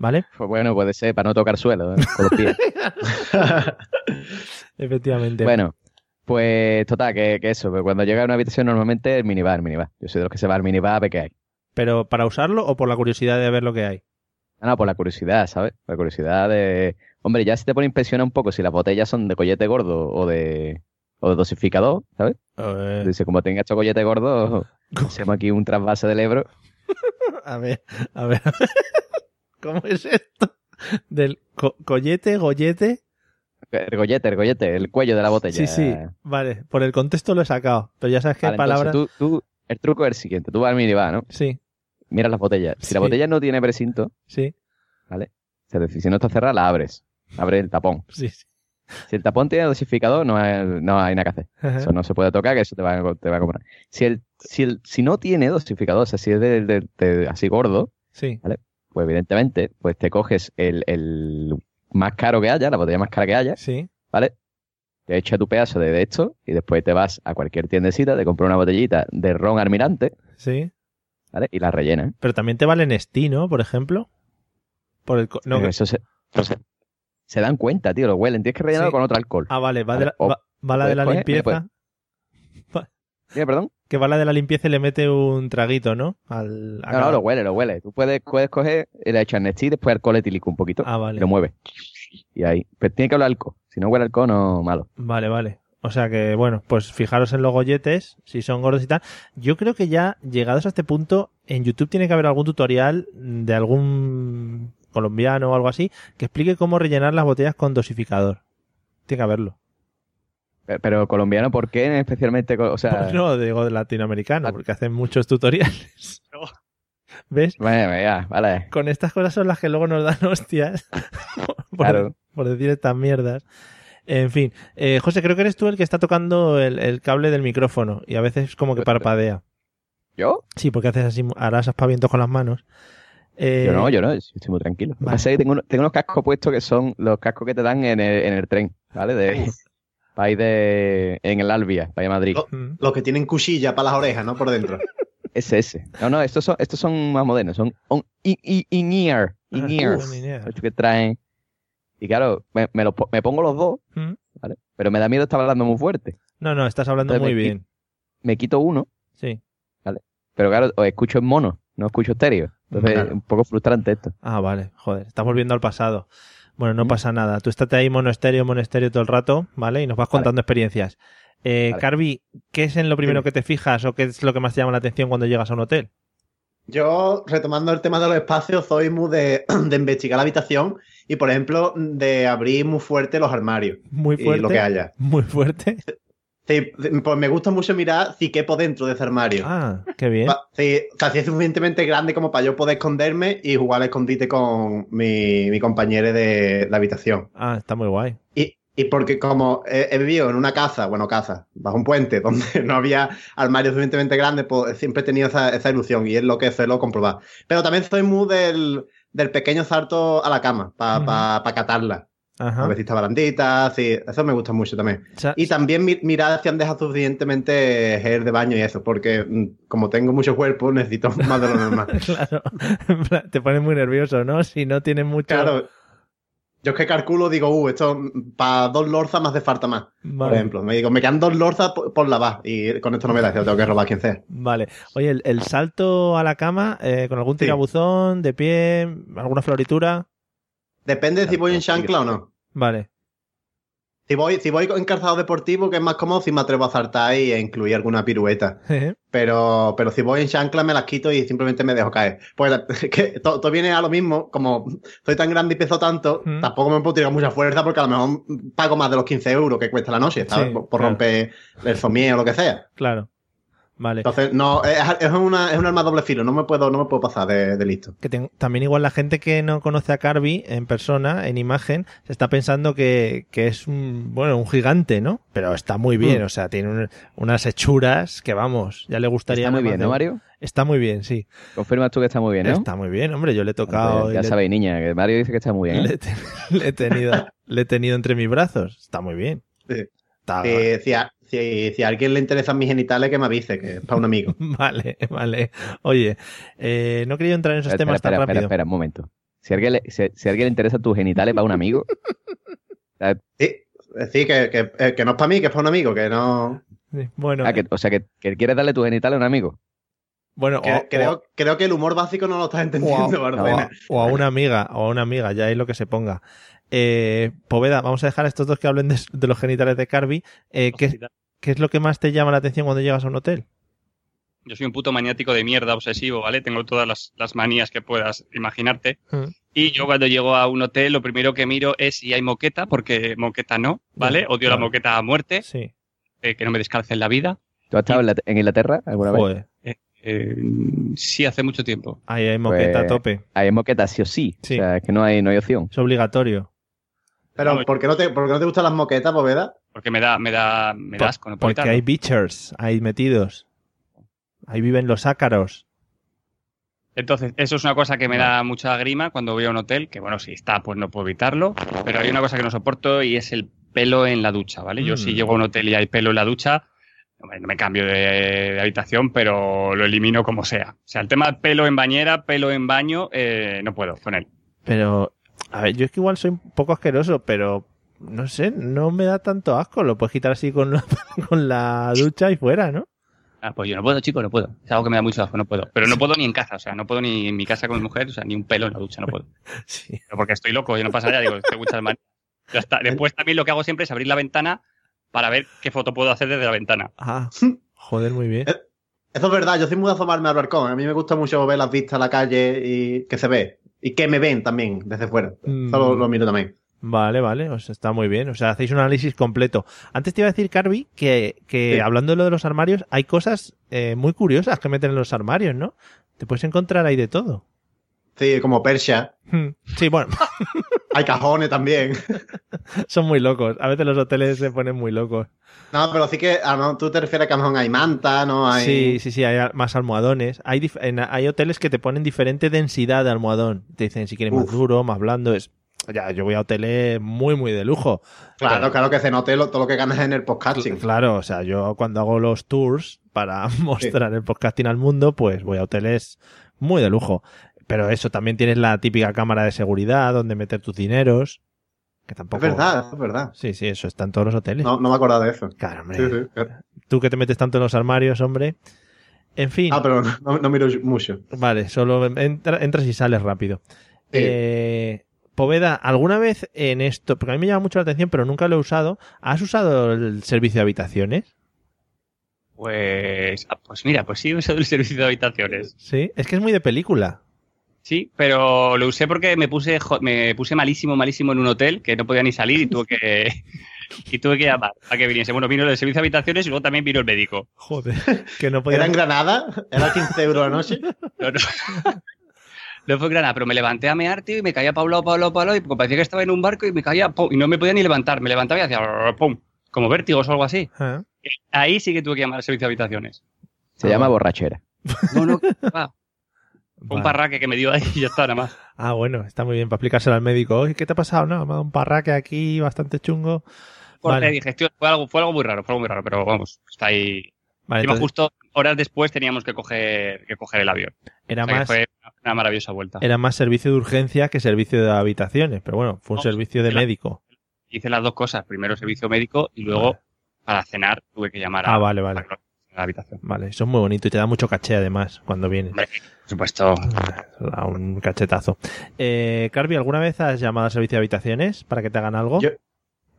B: ¿Vale?
E: Pues bueno, puede ser, para no tocar suelo, ¿eh? con los pies.
B: Efectivamente.
E: Bueno, pues total, que, que eso, pero cuando llega a una habitación normalmente el minibar, el minibar. Yo soy de los que se va al minibar a ver qué hay.
B: Pero para usarlo o por la curiosidad de ver lo que hay.
E: Ah, No, no, por la curiosidad, ¿sabes? Por la curiosidad de... Hombre, ya se te pone impresiona un poco si las botellas son de collete gordo o de, o de dosificador, ¿sabes? Dice, como tenga hecho collete gordo, hacemos aquí un trasvase del Ebro.
B: A ver, a ver. ¿Cómo es esto? Del co- collete, gollete.
E: El gollete, el gollete, el cuello de la botella.
B: Sí, sí. Vale, por el contexto lo he sacado. Pero ya sabes qué
E: Vale,
B: palabra.
E: entonces tú, tú- el truco es el siguiente. Tú vas al minibar, ¿no?
B: Sí.
E: Miras las botellas. Si la
B: Sí.
E: botella no tiene precinto,
B: Sí,
E: ¿vale? O sea, si no está cerrada, la abres. Abre el tapón.
B: sí, sí.
E: Si el tapón tiene dosificador, no hay, no hay nada que hacer.
B: Ajá.
E: Eso no se puede tocar, que eso te va a, te va a comprar. Si, el, si, el, si no tiene dosificador, o sea, si es de, de- de- así gordo,
B: Sí.
E: ¿vale? Pues evidentemente, pues te coges el, el más caro que haya, la botella más cara que haya,
B: Sí.
E: ¿vale? Te echas tu pedazo de, de esto y después te vas a cualquier tiendecita, te compras una botellita de ron almirante,
B: Sí.
E: ¿vale? Y la rellenas.
B: Pero también te vale Nestí, ¿no? Por ejemplo. Por el co- no,
E: Pero
B: que-
E: eso se, no se- se dan cuenta, tío, lo huelen. Tienes que rellenarlo
B: Sí.
E: con otro alcohol.
B: Ah, vale, va, de la,
E: Vale, o-
B: va- va la de la
E: puedes coger,
B: limpieza.
E: mira,
B: Va-
E: Mira, perdón.
B: Que va la de la limpieza y le mete un traguito, Ah, ¿no? Al, a
E: No, no,
B: cada-
E: lo huele, lo huele. Tú puedes, puedes coger el echanestí y después alcohol etílico un poquito.
B: Ah, vale.
E: Y lo mueves. Y ahí. Pero tiene que hablar alcohol. Si no huele alcohol, no malo.
B: Vale, vale. O sea que, bueno, pues fijaros en los golletes, si son gordos y tal. Yo creo que ya, llegados a este punto, en YouTube tiene que haber algún tutorial de algún colombiano o algo así que explique cómo rellenar las botellas con dosificador. Tiene que haberlo.
E: Pero, pero colombiano, ¿por qué especialmente? co- O sea,
B: Pues No, digo latinoamericano, porque hacen muchos tutoriales. ¿Ves?
E: bueno, ya, vale.
B: Con estas cosas son las que luego nos dan hostias. por,
E: Claro.
B: por decir estas mierdas. En fin, eh, José, creo que eres tú el que está tocando el, el cable del micrófono y a veces como que parpadea.
E: ¿Yo?
B: Sí, porque haces así, harás aspavientos con las manos. Eh,
E: Yo no, yo no, yo estoy muy tranquilo. Lo que
B: vale.
E: pasa es que tengo, uno- tengo unos cascos puestos que son los cascos que te dan en el, en el tren, ¿vale? De, para ir de, en el Albia, para ir a Madrid.
B: Oh. mm,
D: Los que tienen cuchilla para las orejas, ¿no? Por dentro.
E: Ese, ese. No, no, estos son, estos son más modernos, son on- in- in- in-ear.
B: Ah,
E: in-ear.
B: son in-ear.
E: Estos que traen. Y claro, me, me los po- me pongo los dos,
B: ¿Mm?
E: ¿vale? Pero me da miedo estar hablando muy fuerte.
B: No, no, estás hablando
E: Entonces
B: muy
E: me qui-
B: bien.
E: Me quito uno,
B: Sí.
E: pero claro, os escucho en mono, no escucho estéreo. Entonces,
B: Claro.
E: un poco frustrante esto.
B: Ah, vale, joder, estamos volviendo al pasado. Bueno,
E: Mm.
B: no pasa nada. Tú estate ahí monasterio, monasterio todo el rato, ¿vale? Y nos vas contando experiencias. Eh,
E: Vale.
B: Carvi, ¿qué es en lo primero que te fijas o qué es lo que más te llama la atención cuando llegas a un hotel?
D: Yo, retomando el tema de los espacios, soy muy de, de investigar la habitación y, por ejemplo, de abrir muy fuerte los armarios
B: Muy
D: y
B: fuerte.
D: lo que haya.
B: Muy fuerte.
D: Sí, pues me gusta mucho mirar si quepo dentro de ese armario.
B: Ah, qué bien.
D: Sí, o sea, si es suficientemente grande como para yo poder esconderme y jugar al escondite con mi, mi compañero de, de habitación.
B: Ah, está muy guay.
D: Y, y porque como he, he vivido en una casa, bueno, casa, bajo un puente, donde no había armario suficientemente grande, pues siempre he tenido esa, esa ilusión y es lo que suelo comprobar. Pero también soy muy del, del pequeño salto a la cama, para catarla.
B: Ajá.
D: A ver si está blandita, sí, eso me gusta mucho también.
B: Sa-
D: y también mi- mirar si han dejado suficientemente gel de baño y eso, porque mm, como tengo mucho cuerpo, necesito más de lo normal.
B: Claro, En plan, te pones muy nervioso, ¿no? Si no tienes mucho...
D: Claro. Yo es que calculo, digo, uh, esto para dos lorzas me hace falta más. Por
B: Vale.
D: ejemplo, me digo, me quedan dos lorzas por, por lavar y con esto no me da, yo tengo que robar a quien sea.
B: Vale. Oye, el, el salto a la cama eh, con algún tirabuzón, de pie, alguna floritura.
D: Depende de si voy en chancla o no.
B: Vale.
D: Si voy, si voy en calzado deportivo, que es más cómodo, si me atrevo a saltar y a incluir alguna pirueta. Pero, pero si voy en chancla me las quito y simplemente me dejo caer. Pues la- es que todo, todo viene a lo mismo, como soy tan grande y peso tanto,
B: Mm.
D: tampoco me puedo tirar mucha fuerza porque a lo mejor pago más de los 15 euros que cuesta la noche, ¿sabes?
B: Sí,
D: por, por
B: claro.
D: romper el somier o lo que sea.
B: Claro. Vale.
D: Entonces, no, es, es una, es un arma doble filo, no me puedo, no me puedo pasar de, de listo.
B: que ten- también igual la gente que no conoce a Carby en persona, en imagen, se está pensando que, que es un, bueno, un gigante, ¿no? Pero está muy bien,
E: Mm.
B: o sea, tiene un- unas hechuras que vamos, ya le gustaría.
E: Está muy
B: nada más
E: bien,
B: de-
E: ¿no, Mario?
B: Está muy bien, sí.
E: Confirmas tú que está muy bien, ¿no?
B: Está muy bien, hombre, yo le he
E: Bueno,
B: tocado.
E: pues
B: y
E: ya
B: le-
E: sabéis, niña, que Mario dice que está muy bien.
B: Le,
E: ¿eh?
B: he te- le he tenido, le he tenido entre mis brazos. Está muy bien.
D: Sí.
B: Está-
D: Eh, si, a, si- si a alguien le interesan mis genitales, que me avise, que es para un amigo.
B: Vale, vale. Oye, eh, no quería entrar en esos
E: espera,
B: temas
E: espera,
B: tan
E: espera,
B: rápido.
E: espera, un momento. Si a alguien le, si, si a alguien le interesa tus genitales para un amigo,
D: Sí, que, que, eh, que no es para mí, que es para un amigo, que no.
B: Sí, Bueno,
E: ah, que- o sea, que, que quieres darle tus genitales a un amigo.
B: bueno
D: que-
B: o- o-
D: creo, creo que el humor básico no lo estás entendiendo,
B: o,
D: Bardena.
B: a, o a una amiga, o a una amiga, ya es lo que se ponga. Eh, Poveda, vamos a dejar a estos dos que hablen de, de los genitales de Carby. Eh, ¿qué, qué es lo que más te llama la atención cuando llegas a un hotel?
C: Yo soy un puto maniático de mierda, obsesivo, ¿vale? Tengo todas las, las manías que puedas imaginarte.
B: Mm.
C: Y yo cuando llego a un hotel, lo primero que miro es si hay moqueta, porque moqueta no, ¿vale?
B: Ya,
C: Odio
B: claro.
C: la moqueta a muerte,
B: Sí.
C: eh, que no me descalcen la vida.
E: ¿Tú has estado en, la- en Inglaterra alguna vez?
B: Joder,
C: Eh, sí, hace mucho tiempo.
B: ahí hay moqueta a
E: Pues-
B: tope.
E: Hay moqueta sí o sí.
B: Sí.
E: O sea, es que no hay, no hay opción.
B: Es obligatorio.
D: Pero, ¿por qué, no te, ¿por qué no te gustan las moquetas, Poveda?
C: Porque me da, me da, me da asco, no puedo
B: Porque hay
C: evitarlo.
B: beachers ahí metidos. Ahí viven los ácaros.
C: Entonces, eso es una cosa que me da mucha grima cuando voy a un hotel, que bueno, si está, pues no puedo evitarlo. Pero hay una cosa que no soporto y es el pelo en la ducha, ¿vale? Yo
B: Mm.
C: si llego a un hotel y hay pelo en la ducha, hombre, no me cambio de, de habitación, pero lo elimino como sea. O sea, el tema de pelo en bañera, pelo en baño, eh, no puedo con él.
B: Pero, a ver, yo es que igual soy un poco asqueroso, pero no sé, no me da tanto asco. Lo puedes quitar así con la, con la ducha y fuera, ¿no?
C: Ah, pues yo no puedo, chico, no puedo. Es algo que me da mucho asco, no puedo. Pero no puedo ni en casa, o sea, no puedo ni en mi casa con mi mujer, o sea, ni un pelo en la ducha, no puedo.
B: Sí.
C: Pero porque estoy loco, yo no pasa nada, digo, tengo muchas manías. Ya está. Después también lo que hago siempre es abrir la ventana para ver qué foto puedo hacer desde la ventana.
B: Ah, joder, muy bien.
D: Eso es verdad, yo soy muy de asomarme al balcón. A mí me gusta mucho ver las vistas a la calle y que se ve. Y que me ven también desde fuera.
B: Mm.
D: Solo lo miro también.
B: Vale, vale, o sea, está muy bien. O sea, hacéis un análisis completo. Antes te iba a decir, Carby, que, que
D: Sí.
B: hablando de lo de los armarios, hay cosas eh, muy curiosas que meten en los armarios, ¿no? Te puedes encontrar ahí de todo.
D: Sí, como persia.
B: Hmm. Sí, bueno,
D: Hay cajones también.
B: son muy locos. A veces los hoteles se ponen muy locos.
D: No, pero sí que a lo mejor tú te refieres a que a lo mejor hay manta, ¿no? Hay...
B: Sí, sí, sí, hay al- más almohadones. Hay, dif- en- hay hoteles que te ponen diferente densidad de almohadón. Te dicen si quieres más
D: Uf.
B: duro, más blando. Es... Ya, yo voy a hoteles muy, muy de lujo.
D: Claro, claro que se note lo- todo lo que ganas en el podcasting.
B: Claro, o sea, yo cuando hago los tours para mostrar el podcasting al mundo, pues voy a hoteles muy de lujo. Pero eso, también tienes la típica cámara de seguridad donde meter tus dineros. Que
D: Es
B: tampoco.
D: verdad, es verdad.
B: Sí, sí, eso está en todos los hoteles.
D: No, no me acordaba de eso.
B: Claro, hombre.
D: Sí, sí.
B: Tú que te metes tanto en los armarios, hombre. En fin.
D: Ah, pero no, no miro mucho.
B: Vale, solo entra- entras y sales rápido. Eh, Poveda, ¿alguna vez en esto, porque a mí me llama mucho la atención, pero nunca lo he usado, ¿has usado el servicio de habitaciones?
C: Pues, ah, pues mira, pues sí, he usado el servicio de habitaciones.
B: Sí, es que es muy de película.
C: Sí, pero lo usé porque me puse, jo- me puse malísimo, malísimo en un hotel que no podía ni salir y tuve que, y tuve que llamar para que viniese. Bueno, vino el servicio de habitaciones y luego también vino el médico.
B: Joder, que no podía.
D: ¿Era en Granada? ¿Era 15 euros la noche?
C: No, no. No fue Granada, pero me levanté a mear, tío, y me caía Pablo, Pablo, Pablo, y parecía que estaba en un barco y me caía, pum, y no me podía ni levantar. Me levantaba y hacía, pum, como vértigos o algo así.
B: Ah.
C: Ahí sí que tuve que llamar al servicio de habitaciones.
E: Se llama borrachera.
C: No, no, va.
B: Vale.
C: Un parraque que me dio ahí y ya está, nada más.
B: Ah, bueno, está muy bien para aplicárselo al médico. Oye, ¿Qué te ha pasado? No, me ha dado un parraque aquí bastante chungo.
C: Corte
B: Vale.
C: de digestión, fue algo, fue algo muy raro, fue algo muy raro, pero vamos, está ahí.
B: Vale,
C: Encima,
B: entonces,
C: justo horas después teníamos que coger, que coger el avión.
B: era,
C: O sea que
B: más,
C: fue una- una maravillosa vuelta.
B: era más servicio de urgencia que servicio de habitaciones, pero bueno, fue un
C: No,
B: servicio de
C: claro.
B: médico.
C: Hice las dos cosas, primero servicio médico y luego para cenar tuve que llamar a,
B: Ah, vale, vale.
C: a la habitación.
B: Vale, eso es muy bonito y te da mucho caché además cuando vienes.
C: Hombre, por supuesto.
B: Da un cachetazo. Eh, Carvi, ¿alguna vez has llamado al servicio de habitaciones para que te hagan algo?
D: Yo-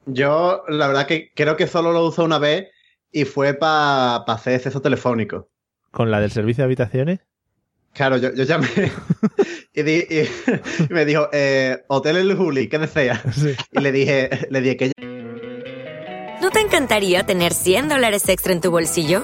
D: Yo, la verdad que creo que solo lo uso una vez y fue para hacer exceso telefónico.
B: ¿Con la del servicio de habitaciones?
D: Claro, yo, yo llamé y, di- y- y me dijo, eh, Hotel El Juli, ¿qué desea?
B: Sí.
D: Y le dije, le dije que
I: ¿No te encantaría tener 100 dólares extra en tu bolsillo?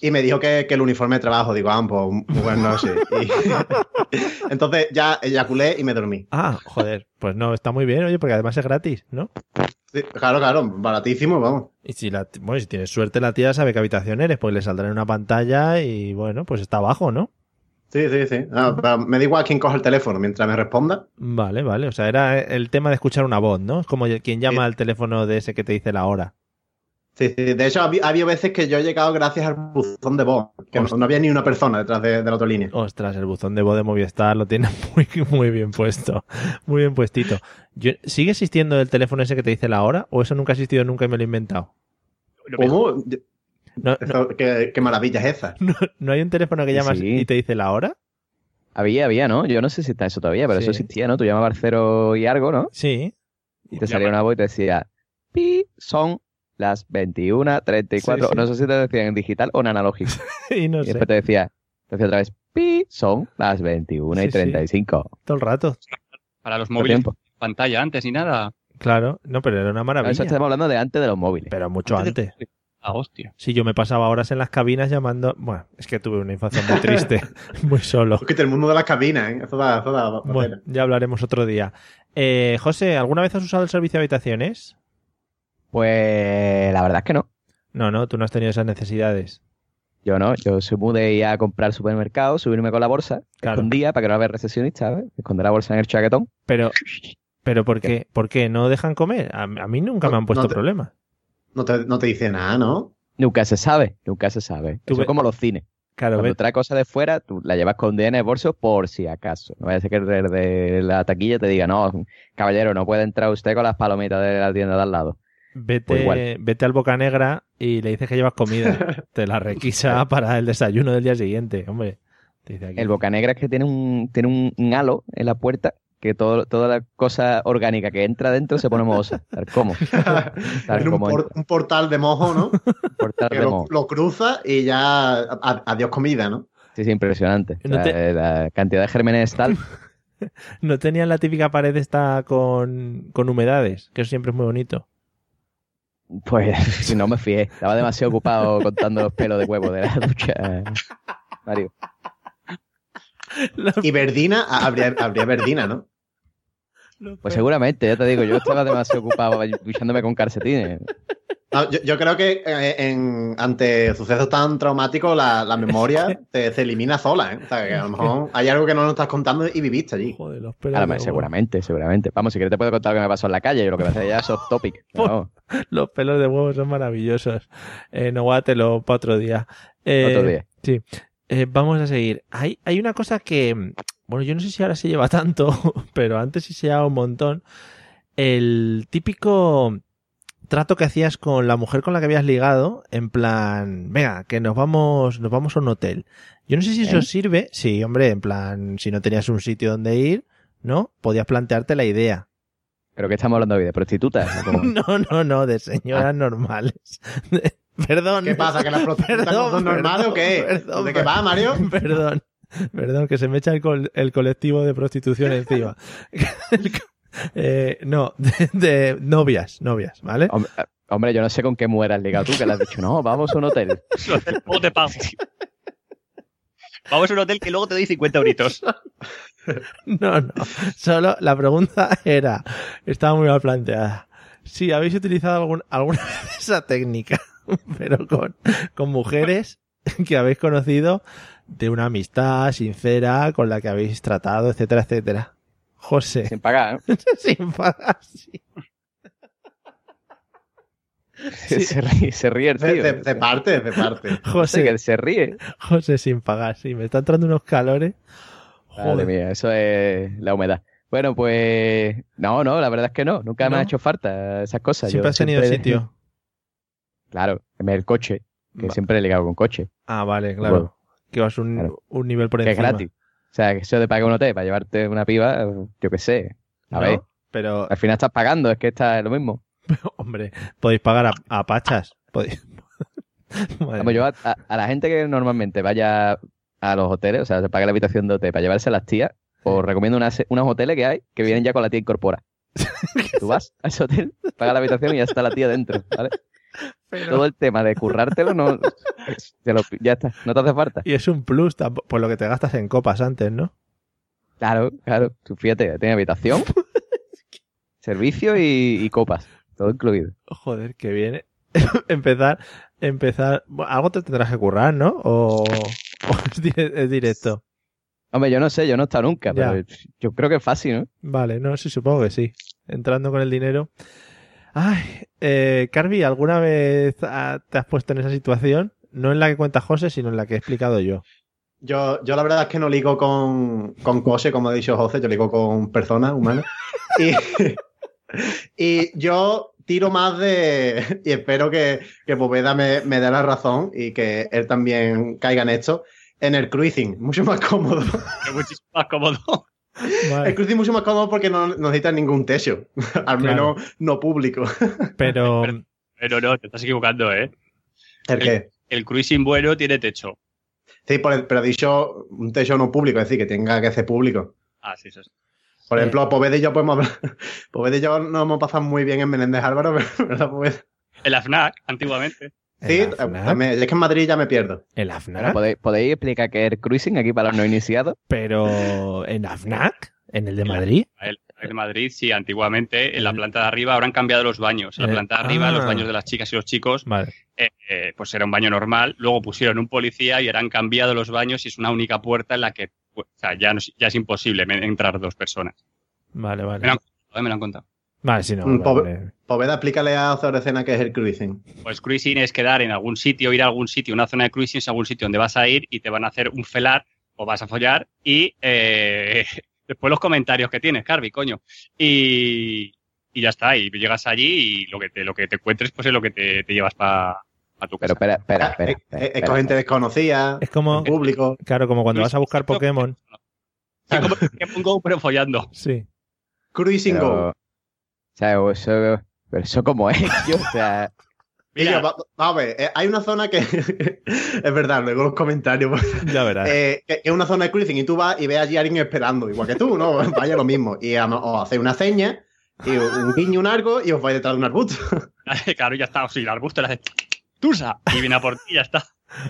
D: Y me dijo que, que el uniforme de trabajo, digo, "Ah, pues, ambos, muy buenas noches. Y- entonces ya eyaculé y me dormí.
B: Ah, joder, pues no, está muy bien, oye, porque además es gratis, ¿no?
D: Sí, claro, claro, baratísimo, vamos.
B: Y si, la, bueno, si tienes suerte, la tía sabe qué habitación eres, pues le saldrá en una pantalla y bueno, pues está abajo, ¿no?
D: Sí, sí, sí. No, pero me da igual quién coge el teléfono mientras me responda.
B: Vale, vale, o sea, era el tema de escuchar una voz, ¿no? Es como quien llama
D: Sí.
B: al teléfono de ese que te dice la hora.
D: Sí, sí. De hecho, ha habi- ha habido veces que yo he llegado gracias al buzón de voz, que no,
B: Hostia.
D: no había ni una persona detrás de, de la autolínea.
B: Ostras, el buzón de voz de Movistar lo tiene muy, muy bien puesto, muy bien puestito. Yo- ¿Sigue existiendo el teléfono ese que te dice la hora o eso nunca ha existido nunca y me lo he inventado?
D: ¿Cómo?
B: No, no,
D: Eso- qué, qué maravilla es esa.
B: no hay un teléfono que llamas
E: Sí.
B: y te dice la hora?
E: Había, había, ¿no? Yo no sé si está eso todavía, pero
B: Sí.
E: eso existía, ¿no? Tú llamabas cero y algo, ¿no?
B: Sí.
E: Y te salía una voz y te decía, pi, son las 21.34.
B: Sí, sí.
E: No sé si te decían en digital o en analógico.
B: Y no
E: y
B: sé,
E: después te decía, te decía otra vez, pi, son las 21
B: Sí,
E: y
B: sí.
E: 35.
B: todo el rato.
C: Para los
E: Mucho
C: móviles,
E: tiempo.
C: pantalla antes ni nada.
B: Claro, no, pero era una
E: Eso
B: maravilla.
E: estamos hablando de antes Ah, de los móviles.
B: Pero mucho antes.
C: Ah, hostia.
B: Si yo me pasaba horas en las cabinas llamando. Bueno, es que tuve una infancia muy triste, muy solo.
D: Porque el mundo de las cabinas, ¿eh? Eso da, eso da
B: Bueno, ya hablaremos otro día. Eh, José, ¿alguna vez has usado el servicio de habitaciones?
E: Pues la verdad es que no.
B: No, no, tú no has tenido esas necesidades.
E: Yo no, yo soy muy de ir a comprar al supermercado, subirme con la bolsa,
B: Claro.
E: escondía para que no haya recesionistas, ¿sabes? Esconder la bolsa en el chaquetón.
B: Pero, pero ¿por qué? ¿Por qué no dejan comer? A, a mí nunca me
D: No,
B: han puesto
D: no te-
B: problemas.
D: No te, no te dice nada, ¿no?
E: Nunca se sabe, nunca se sabe.
B: Tú
E: Eso
B: ve-
E: es como los cines.
B: Claro,
E: Cuando
B: ve-
E: traes cosas de fuera, tú la llevas escondida en el bolso por si acaso. No vaya a ser que el de la taquilla te diga, no, caballero, no puede entrar usted con las palomitas de la tienda de al lado. pues
B: vete,
E: igual.
B: vete al Boca Negra y le dices que llevas comida. Te la requisa para el desayuno del día siguiente, hombre. Te dice aquí.
E: El boca negra es que tiene un, tiene un, un halo en la puerta que todo, toda la cosa orgánica que entra dentro se pone mohosa. Tal como. Tal
D: Tiene un,
E: como
D: por-
E: entra,
D: un portal de mojo, ¿no?
E: portal
D: que
E: de
D: lo,
E: moho.
D: lo cruza y ya a- adiós comida, ¿no?
E: Sí, sí, impresionante.
B: No
E: O sea,
B: te-
E: eh, La cantidad de gérmenes es tal.
B: No tenían la típica pared esta con, con humedades, que eso siempre es muy bonito.
E: Pues si no me fié. Estaba demasiado ocupado contando los pelos de huevo de la ducha. Mario.
D: Y verdina, a- habría, habría verdina, ¿no?
E: Pues seguramente, ya te digo, yo estaba demasiado ocupado duchándome con calcetines.
D: No, yo, yo creo que eh, en, ante sucesos tan traumáticos la, la memoria te, se elimina sola. ¿eh? O sea, que a lo mejor hay algo que no nos estás contando y viviste allí.
B: Joder, los
E: A lo mejor, seguramente, seguramente. Vamos, si quieres te puedo contar lo que me pasó en la calle, lo que me hace ya es off topic.
B: Pues,
E: pero no.
B: Los pelos de huevo son maravillosos. Eh, Noguátelo para otro día. Eh,
E: Otro día.
B: Sí. Eh, vamos a seguir. Hay, hay una cosa que, mm, bueno, yo no sé si ahora se lleva tanto, pero antes sí se llevaba un montón. El típico trato que hacías con la mujer con la que habías ligado, en plan, venga, que nos vamos, nos vamos a un hotel. Yo no sé si eso
E: ¿Eh?
B: sirve. Sí, hombre, en plan, si no tenías un sitio donde ir, ¿no? Podías plantearte la idea.
E: Creo que estamos hablando hoy de prostitutas. ¿no? Como-
B: No, no, no, de señoras normales. Perdón.
D: Ah. ¿Qué pasa? ¿Que las prostitutas no son normales o qué?
B: perdón,
D: ¿De qué va, Mario?
B: Perdón, perdón, que se me echa el, col- el colectivo de prostitución encima. El co- eh, no, de, de novias, novias, ¿vale?
E: Hom- eh, Hombre, yo no sé con qué mujer has ligado tú, que le has dicho, no, vamos a un hotel.
C: ¿Cómo te pago? Vamos a un hotel que luego te doy 50 euritos.
B: No, no. Solo la pregunta era, estaba muy mal planteada. Si habéis utilizado algún- alguna vez esa técnica, pero con, con mujeres que habéis conocido de una amistad sincera con la que habéis tratado, etcétera, etcétera. José.
E: Sin pagar, ¿no?
B: sin pagar, sí. Sí.
E: Se ríe, se ríe el
D: De,
E: tío.
D: de- de parte, de parte.
E: Sí,
B: José,
E: que se ríe.
B: José sin pagar, sí. Me está entrando unos calores.
E: Madre
B: Joder.
E: mía, eso es la humedad. Bueno, pues no, no, la verdad es que no. Nunca me
B: ¿No?
E: han hecho falta esas cosas.
B: Siempre
E: Yo
B: has tenido
E: siempre-
B: sitio.
E: Claro, en el coche, que
B: Va-
E: siempre he ligado con coche,
B: Ah, vale, claro.
E: Bueno.
B: que vas un,
E: Claro.
B: un nivel por
E: que es
B: encima.
E: gratis. O sea, que eso de pagar un hotel para llevarte una piba, yo qué sé. A
B: ¿no?
E: ver,
B: Pero
E: al final estás pagando, es que está lo mismo.
B: Hombre, podéis pagar a, a pachas. Podéis... Madre
E: Vamos, Ah, pues yo a, a- a la gente que normalmente vaya a los hoteles, o sea, se paga la habitación de hotel para llevarse a las tías, os recomiendo unas- unos hoteles que hay que vienen ya con la tía incorpora. Tú vas a ese hotel, pagas la habitación y ya está la tía dentro, ¿vale?
B: Pero-
E: Todo el tema de currártelo, no, te lo- ya está, no te hace falta.
B: Y es un plus tampo- por lo que te gastas en copas antes, ¿no?
E: Claro, claro, tú fíjate, tiene habitación, servicio y, y copas, todo incluido.
B: Joder, que viene. empezar, empezar. bueno, algo te tendrás que currar, ¿no? O, o es, di- es directo.
E: Hombre, yo no sé, yo no he estado nunca,
B: Ya.
E: pero yo creo que es fácil, ¿no?
B: Vale, no, sí, supongo que sí. Entrando con el dinero. Ay, eh, Carvi, ¿alguna vez ah, te has puesto en esa situación? No en la que cuenta José, sino en la que he explicado yo.
D: Yo, yo la verdad es que no ligo con, con coche, como ha dicho José, yo ligo con personas humanas. Y, y yo tiro más de... Y espero que, que Poveda me, me dé la razón y que él también caiga en esto. En el cruising, mucho más cómodo.
C: Es muchísimo más cómodo.
D: El
B: Vale,
D: cruising mucho más cómodo porque no, no necesita ningún techo, al menos no público.
B: pero.
C: Pero Eh, no, te estás equivocando, ¿eh?
D: ¿El qué?
C: El cruising bueno tiene techo.
D: Sí, por el- pero he dicho un techo no público, es decir, que tenga que ser público.
C: Ah, sí, eso es.
D: Por
B: Sí.
D: ejemplo, Poveda y yo podemos hablar. Poveda y yo nos hemos pasado muy bien en Menéndez Álvaro, pero ¿verdad, Poveda?
C: El AFNAC, antiguamente.
D: Sí, eh,
B: ¿El AFNAC?
D: también- es que en Madrid ya me pierdo.
B: ¿El
E: Bueno,
B: AFNAC?
E: ¿podéis, podéis explicar qué es el cruising aquí para los no iniciados?
B: Pero en AFNAC, en el de Madrid.
C: En Madrid, sí, antiguamente, en la planta de arriba habrán cambiado los baños. En la
B: Eh,
C: planta de arriba,
B: ah.
C: los baños de las chicas y los chicos,
B: Vale.
C: eh, eh, pues era un baño normal. Luego pusieron un policía y ahora han cambiado los baños y es una única puerta en la que pues, o sea, ya, no es- ya es imposible me- entrar dos personas.
B: Vale, vale.
C: Pero- Joder, me lo han contado.
B: Vale, sí, no.
D: Mm,
B: vale,
D: pobre-
B: vale.
D: Poveda, explícale a Zorecena qué es el cruising.
C: Pues cruising es quedar en algún sitio, ir a algún sitio, una zona de cruising es algún sitio donde vas a ir y te van a hacer un felar o vas a follar y eh, después los comentarios que tienes, Carvi, coño. Y, y ya está, y llegas allí y lo que te, lo que te encuentres pues es lo que te, te llevas para tu
E: Pero
C: casa.
E: espera, espera,
D: Ah,
E: espera.
D: es-
E: espera,
D: es es
E: espera.
D: con gente desconocida,
B: Es como,
D: público.
B: claro, como cuando
C: Luis,
B: vas a buscar
C: esto-
B: Pokémon.
C: Sí, como que pongo pero follando.
B: Sí.
D: Cruising
E: Pero,
D: Go.
E: o sea, o eso, pero eso como es, tío, o sea,
D: Y
C: Mira,
D: yo, va- vamos a ver, eh, hay una zona que. es verdad, luego los comentarios.
B: Ya verás.
D: eh, que que es una zona de cruising y tú vas y ves allí a alguien esperando, igual que tú, ¿no? Vaya lo mismo. Y a- os hacéis una seña, y un guiño, un arco, y os vais detrás de un arbusto.
C: claro, ya está, si el arbusto le hace tusa y viene a por ti, ya está.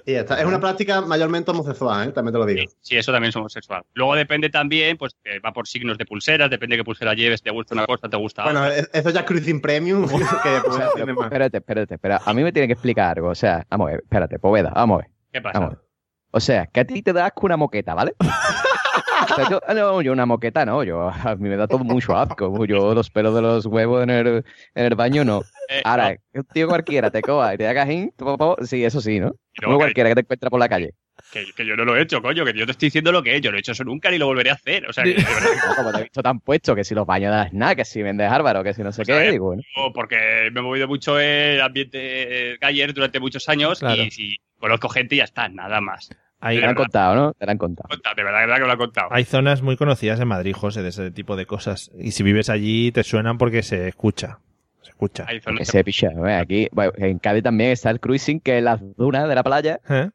D: Y ya está. Es una práctica mayormente homosexual, ¿eh? también te lo digo.
C: Sí, eso también es homosexual. Luego depende también, pues eh, va por signos de pulseras, depende qué pulsera lleves, te gusta una cosa, te gusta
D: Bueno,
C: otra.
D: e- eso ya es Cruising Premium. que pues, tiene más.
E: Espérate, espérate, espera. A mí me tienen que explicar algo. O sea, vamos a ver, espérate, Poveda, vamos a ver.
C: ¿Qué pasa?
E: Vamos a ver. O sea, que a ti te da asco una moqueta, ¿vale? O sea, yo- ah, no, yo una moqueta no, yo a mí me da todo mucho asco. Yo los pelos de los huevos en el, en el baño no.
C: Eh,
E: Ahora, un tío cualquiera te coja y te hagas in, tu, po, po, sí, eso sí, ¿no?
C: luego
E: Uno
C: que-
E: cualquiera que te encuentra por la calle.
C: Que, que yo no lo he hecho, coño, que yo te estoy diciendo lo que he hecho, no he hecho eso nunca ni lo volveré a hacer. O sea, que-
E: No, como te he visto tan puesto, que si los baños de las nada, que si vendes Álvaro, que si no sé
C: a
E: qué,
C: ver,
E: digo, bueno.
C: yo, porque me he movido mucho en el ambiente eh, galler durante muchos años
E: Claro.
C: y si conozco gente y ya está, nada más.
E: Te lo han contado, ¿no? Te lo han contado.
C: Conta, De verdad, de verdad que me lo ha contado.
B: Hay zonas muy conocidas en Madrid, José, de ese tipo de cosas. Y si vives allí, te suenan porque se escucha. Se escucha.
E: Que se picha, ¿no? Aquí, bueno, en Cádiz también está el cruising, que es las dunas de la playa,
B: ¿Eh?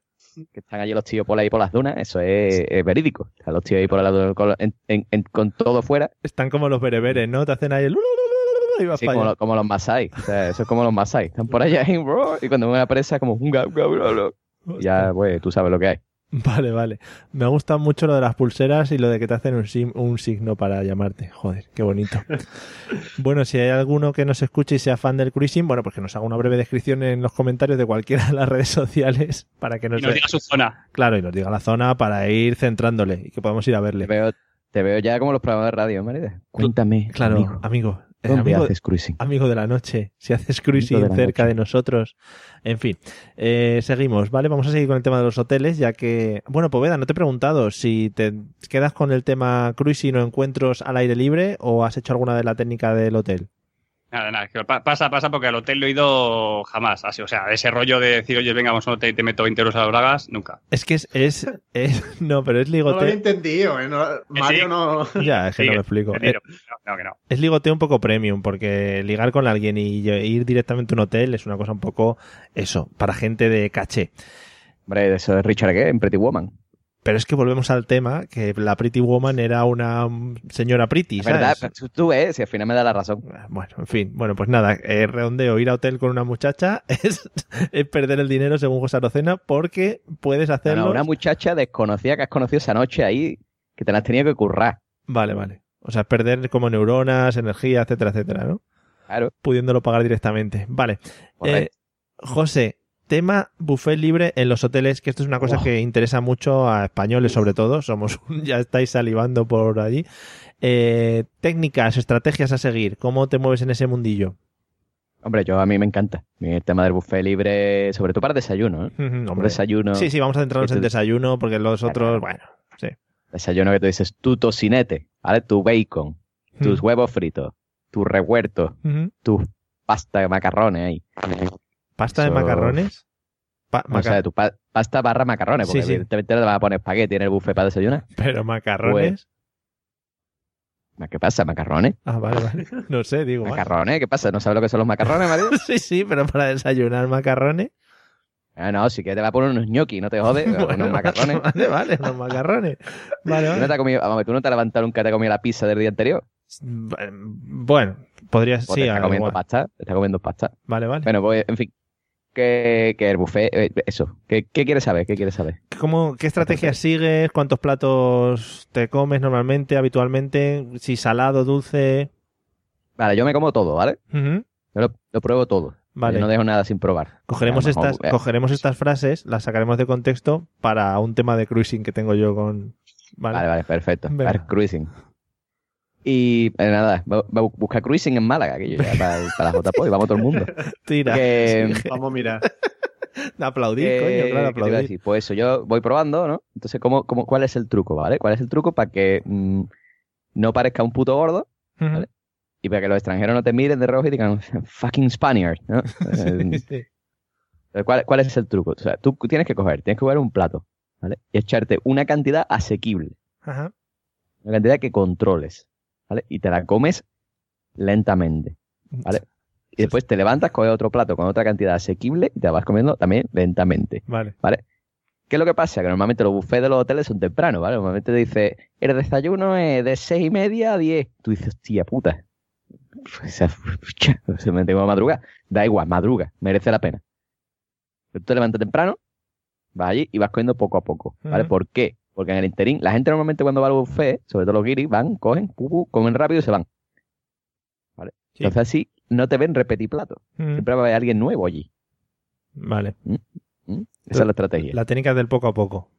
E: que están allí los tíos por ahí por las dunas, eso es, es verídico. Están los tíos ahí por las dunas con, en- en- en- con todo fuera,
B: Están como los bereberes, ¿no? Te hacen ahí el... y vas
E: sí,
B: para
E: como,
B: allá.
E: los- como los masai, o sea, eso es como los masai, están por allá, ahí, bro, y cuando una presa como un ya, pues, tú sabes lo que hay.
B: Vale, vale. Me gusta mucho lo de las pulseras y lo de que te hacen un, sim- un signo para llamarte. Joder, qué bonito. bueno, si hay alguno que nos escuche y sea fan del cruising, bueno, pues que nos haga una breve descripción en los comentarios de cualquiera de las redes sociales para que nos,
C: Y nos diga su zona.
B: Claro, y nos diga la zona para ir centrándole y que podamos ir a verle.
E: Te veo, te veo ya como los programas de radio, Marida. Cuéntame,
B: Claro, amigo.
E: amigo,
B: Eh,
E: ¿dónde
B: amigo-
E: haces cruising?
B: Amigo de la noche, si haces
E: Amigo
B: cruising
E: de la
B: cerca de nosotros. En fin, eh, seguimos, ¿vale? Vamos a seguir con el tema de los hoteles, ya que. Bueno, Poveda, no te he preguntado si te quedas con el tema cruising o encuentros al aire libre o has hecho alguna de la técnica del hotel.
C: Nada, nada, que pa- pasa, pasa, porque al hotel no he ido jamás. Así, o sea, ese rollo de decir, oye, venga, vamos a un hotel y te meto 20 euros a las bragas, nunca.
B: Es que es. es, es- no, pero es
D: No lo he
B: ligoteo.
D: entendido, ¿eh? No- Mario no.
B: Ya, es que no
C: Sí,
B: me explico.
C: entendido.
B: Eh,
C: No, que no.
B: Es ligoteo un poco premium, porque ligar con alguien y lle- ir directamente a un hotel es una cosa un poco eso, para gente de caché.
E: Hombre, eso es Richard Gere en Pretty Woman.
B: Pero es que volvemos al tema, que la Pretty Woman era una mm, señora Pretty,
E: Es verdad,
B: ¿sabes?
E: pero tú- tú ves, y al final me da la razón.
B: Bueno, en fin. Bueno, pues nada, eh, redondeo, ir a hotel con una muchacha es, es perder el dinero según José Arocena, porque puedes
E: No,
B: hacerlo...
E: no, una muchacha desconocida que has conocido esa noche ahí, que te la has tenido que currar.
B: Vale, vale. O sea, es perder como neuronas, energía, etcétera, etcétera, ¿no?
E: Claro. Pues,
B: Pudiéndolo pagar directamente. Vale.
E: Correcto.
B: Eh, José, tema buffet libre en los hoteles, que esto es una cosa que interesa mucho a españoles sobre todo. Somos, un- ya estáis salivando por allí. Eh, técnicas, estrategias a seguir. ¿Cómo te mueves en ese mundillo?
E: Hombre, yo a mí me encanta. A mí El tema del buffet libre, sobre todo para desayuno. ¿eh?
B: Ujú,
E: Un
B: hombre.
E: desayuno.
B: Sí, sí, vamos a centrarnos
E: que
B: en
E: tú-
B: desayuno porque los otros, bueno, sí.
E: Desayuno que tú dices tu tocinete, ¿vale? Tu bacon,
B: Hmm.
E: tus huevos fritos, tu revuelto,
B: Ujú.
E: tu pasta de macarrones ahí.
B: ¿Pasta de
E: Eso-
B: macarrones? Pa-
E: O sea,
B: maca-
E: tu pa- pasta barra macarrones,
B: Sí,
E: porque
B: sí.
E: evidentemente no te vas a poner espagueti en el buffet para desayunar.
B: Pero macarrones.
E: ¿Qué pasa, macarrones?
B: Ah, vale, vale. No sé, digo. ah.
E: ¿Macarrones? ¿Qué pasa? ¿No sabes lo que son los macarrones, Mario?
B: sí, sí, pero para desayunar macarrones.
E: Ah, no, si quieres te va a poner unos gnocchi, no te jodes, unos macarrones.
B: Vale, vale, los macarrones.
E: ¿Tú
B: Vale,
E: no te
B: vale.
E: has comido, vamos, tú no te has levantado nunca, te has comido la pizza del día anterior.
B: Bueno, podrías,
E: O Pues te
B: sí,
E: estás
B: algo
E: comiendo
B: igual.
E: pasta, te estás comiendo pasta.
B: Vale, vale.
E: Bueno, pues, en fin, que, que el buffet, eh, eso, ¿qué, qué quieres saber? ¿Qué quieres saber?
B: ¿Cómo, ¿Qué estrategia sigues? ¿Cuántos platos te comes normalmente, habitualmente? Si salado, dulce.
E: Vale, yo me como todo, ¿vale?
B: Ujú.
E: Yo lo, lo pruebo todo.
B: Vale.
E: Yo no dejo nada sin probar.
B: Cogeremos
E: A lo mejor,
B: estas,
E: eh,
B: cogeremos estas frases, las sacaremos de contexto para un tema de cruising que tengo yo con. Vale,
E: Vale, vale, perfecto.
B: Venga.
E: Para el cruising. Y eh, nada, va, va a buscar cruising en Málaga, que yo ya para, para la JPO y vamos todo el mundo.
B: Tira.
E: Que-
B: Sí.
D: Vamos a mirar.
B: Aplaudir,
E: Eh, ¿qué te
B: coño, claro,
E: iba a
B: aplaudir.
E: decir? Pues eso, yo voy probando, ¿no? Entonces, ¿cómo, cómo, cuál es el truco, ¿vale? ¿Cuál es el truco para que mm, no parezca un puto gordo
B: Ujú.
E: ¿vale? y para que los extranjeros no te miren de rojo y digan, fucking Spaniard, ¿no? Eh,
B: Sí.
E: ¿Cuál, ¿Cuál es el truco? O sea, tú tienes que coger, tienes que coger un plato, ¿vale? Y echarte una cantidad asequible,
B: Ajá.
E: una cantidad que controles, ¿vale? Y te la comes lentamente, ¿vale? Y después te levantas, coges otro plato con otra cantidad asequible y te la vas comiendo también lentamente.
B: Vale.
E: ¿vale? ¿Qué es lo que pasa? Que normalmente los buffets de los hoteles son temprano, ¿vale? Normalmente te dice, el desayuno es de seis y media a 10. Tú dices, hostia puta. O sea, se me tengo que madrugar. Da igual, madruga, merece la pena. Pero tú te levantas temprano, Vas allí y vas cogiendo poco a poco, ¿vale?
B: Ujú.
E: ¿Por qué? Porque en el interín, la gente normalmente cuando va al buffet, sobre todo los guiris, van, cogen, pu, pu, comen rápido y se van. ¿Vale?
B: Sí.
E: Entonces así no te ven repetir plato.
B: Mm.
E: Siempre va a haber alguien nuevo allí.
B: Vale.
E: ¿Mm? Esa es la estrategia.
B: La técnica del poco a poco.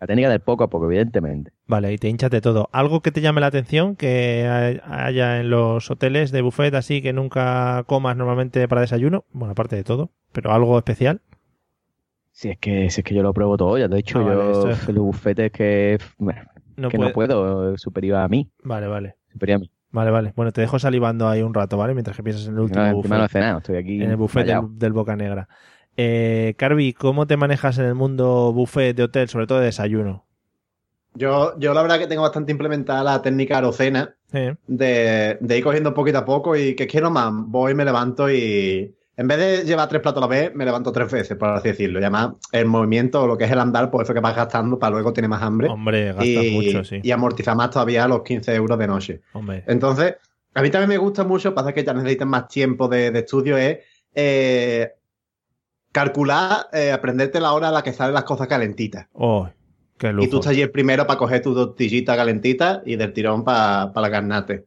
E: La técnica del poco a poco, evidentemente.
B: Vale, y te hinchas de todo. ¿Algo que te llame la atención que hay- haya en los hoteles de buffet así que nunca comas normalmente para desayuno? Bueno, aparte de todo, pero algo especial.
E: Si es que, si es que yo lo pruebo todo, ya te he dicho,
B: Ah, vale,
E: yo
B: esto
E: los bufetes que, bueno,
B: No
E: que
B: puede-
E: no puedo, eh, superior a mí,
B: Vale, vale.
E: superior a mí.
B: Vale, vale. Bueno, te dejo salivando ahí un rato, ¿vale? Mientras que piensas en el último
E: No, encima
B: buffet.
E: no he cenado, estoy aquí
B: en el buffet
E: rayado.
B: del, del Boca Negra. Eh, Carvi, ¿cómo te manejas en el mundo buffet de hotel, sobre todo de desayuno?
D: Yo, yo la verdad que tengo bastante implementada la técnica arocena
B: Eh,
D: de, de ir cogiendo poquito a poco y que quiero más, voy, me levanto y en vez de llevar tres platos a la vez, me levanto tres veces, por así decirlo. Y además, el movimiento, lo que es el andar, pues eso que vas gastando para luego tener más hambre
B: hombre, gastas
D: y,
B: mucho, sí.
D: y amortizar más todavía los 15 euros de noche.
B: Hombre,
D: Entonces, a mí también me gusta mucho, pasa que ya necesitan más tiempo de, de estudio, es eh, calcular, eh, aprenderte la hora a la que salen las cosas calentitas.
B: oh, qué lujo.
D: Y tú estás allí el primero para coger tus tortillitas calentitas y del tirón para la carnate.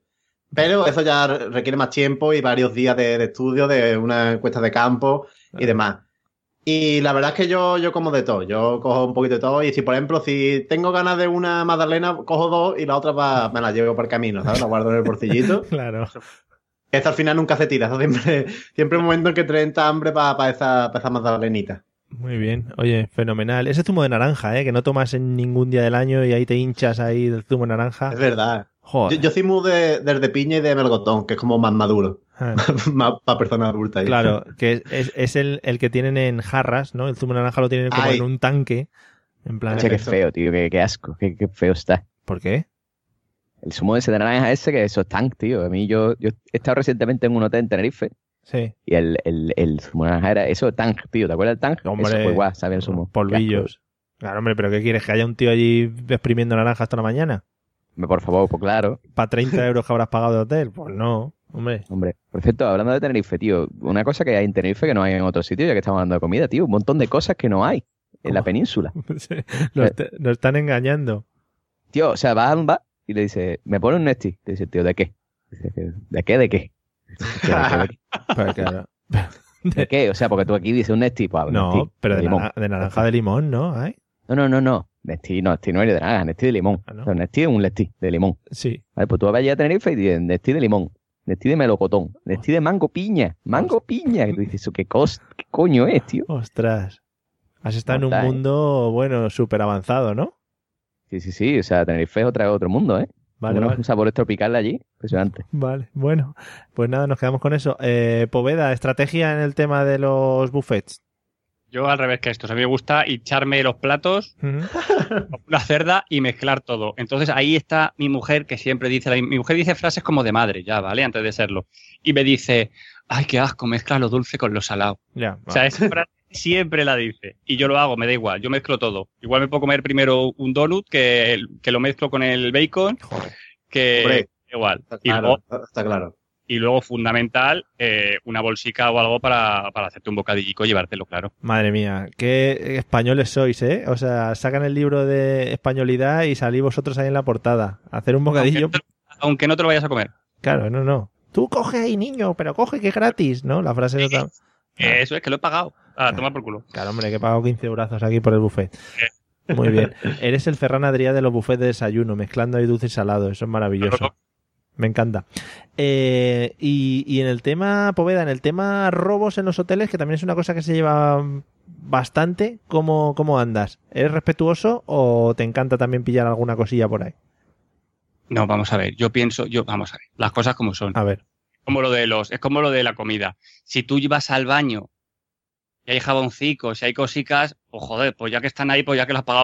D: Pero eso ya re- requiere más tiempo y varios días de, de estudio, de una encuesta de campo y demás. Y la verdad es que yo, yo como de todo, yo cojo un poquito de todo y si por ejemplo, si tengo ganas de una magdalena, cojo dos y la otra va- me la llevo por el camino, ¿sabes? La guardo en el porcillito.
B: Claro.
D: Esto al final nunca se tira, eso siempre, siempre un momento en que te entra hambre para esa, pa esa magdalenita.
B: Muy bien, oye, fenomenal. Ese zumo de naranja, ¿eh? que no tomas en ningún día del año y ahí te hinchas ahí del zumo de naranja.
D: Es verdad. Yo,
B: Joder.
D: yo soy muy de, del de piña y de melgotón, que es como más maduro.
B: Ah,
D: más para personas adultas.
B: claro, que es, es- es el, el que tienen en jarras, ¿no? El zumo de naranja lo tienen como
D: Ay.
B: en un tanque. En plan,
E: Che, qué feo, tío, qué, qué asco, qué, qué feo está.
B: ¿por qué?
E: El zumo de ese de naranja ese que eso es tank, tío. A mí yo, yo he estado recientemente en un hotel en Tenerife
B: Sí,
E: y el, el, el zumo de naranja era eso tank, tío. ¿Te acuerdas del tank?
B: Hombre,
E: eso fue guau, sabía el zumo. Qué asco.
B: polvillos. Claro, hombre, pero ¿qué quieres? ¿Que haya un tío allí exprimiendo naranjas toda la mañana?
E: Hombre, Por favor, pues claro.
B: ¿Para 30 euros que habrás pagado de hotel? Pues no, hombre.
E: Hombre, por cierto, hablando de Tenerife, tío, una cosa que hay en Tenerife que no hay en otro sitio, ya que estamos hablando de comida, tío, un montón de cosas que no hay en la
B: ¿Cómo?
E: península.
B: Nos, est- nos están engañando.
E: Tío, o sea, vas a un bar y le dices, ¿me pone un Nesti? Te dice, tío, ¿de qué? Dice, ¿De qué? ¿De qué? Dice, "¿De qué, de qué?
B: Pero claro.
E: ¿De qué? O sea, porque tú aquí dices un Nesti, pues un
B: No,
E: Nesti
B: pero de,
E: limón.
B: nara- de naranja de limón, ¿no? ¿Ay?
E: No, no, no, no. Nesti no, Nesti no eres de nada, Nesti de limón.
B: Ah,
E: O
B: ¿no?
E: sea, Nesti es un Nesti de limón.
B: Sí.
E: Vale, pues tú vas allí a Tenerife y dices, Nesti de limón, Nesti de melocotón, Nesti de mango piña, mango piña. Y tú dices, "¿Eso ¿qué, cos- qué coño es, tío?
B: Ostras. Has estado en un
E: Mortal.
B: mundo, bueno, súper avanzado, ¿no?
E: Sí, sí, sí, o sea, Tenerife es otra, otro mundo, ¿eh?
B: Vale,
E: Unos
C: pues-
B: vale,
E: sabores tropicales allí, impresionante.
B: vale. Bueno, pues nada, nos quedamos con eso. Eh, Poveda, estrategia en el tema de los buffets.
C: Yo al revés que esto, a mí me gusta hincharme los platos,
B: Ujú.
C: una cerda y mezclar todo. Entonces ahí está mi mujer que siempre dice, la- mi mujer dice frases como de madre ya, ¿vale? Antes de serlo. Y me dice, ay, qué asco, mezcla lo dulce con lo salado.
B: Ya,
C: O sea, esa frase siempre la dice. Y yo lo hago, me da igual, yo mezclo todo. Igual me puedo comer primero un donut que, que lo mezclo con el bacon,
B: Joder.
C: que
D: Hombre.
C: igual.
D: Está
C: Y luego,
D: claro, está claro.
C: y luego, fundamental, eh, una bolsica o algo para, para hacerte un bocadillico y llevártelo, claro.
B: Madre mía, qué españoles sois, ¿eh? O sea, sacan el libro de españolidad y salís vosotros ahí en la portada. Hacer un bocadillo.
C: Aunque no te- aunque no te lo vayas a comer.
B: Claro, no, no. Tú coge ahí, niño, pero coge que es gratis, ¿no? La frase es otra. Ah.
C: Eso es que lo he pagado. A tomar por culo.
B: Claro, hombre, que he pagado 15 eurazos aquí por el buffet. Muy bien. Eres el Ferran Adrià de los buffets de desayuno, mezclando ahí dulce y salado. Eso es maravilloso. Me encanta. Eh, y, y en el tema, Poveda, en el tema robos en los hoteles, que también es una cosa que se lleva bastante, ¿cómo, cómo andas? ¿Eres respetuoso o te encanta también pillar alguna cosilla por ahí?
C: No, vamos a ver. Yo pienso, yo, vamos a ver. Las cosas como son.
B: A ver.
C: Como lo de los, es como lo de la comida. Si tú vas al baño y hay jaboncicos, si hay cositas, pues joder, pues ya que están ahí, pues ya que las has pagado.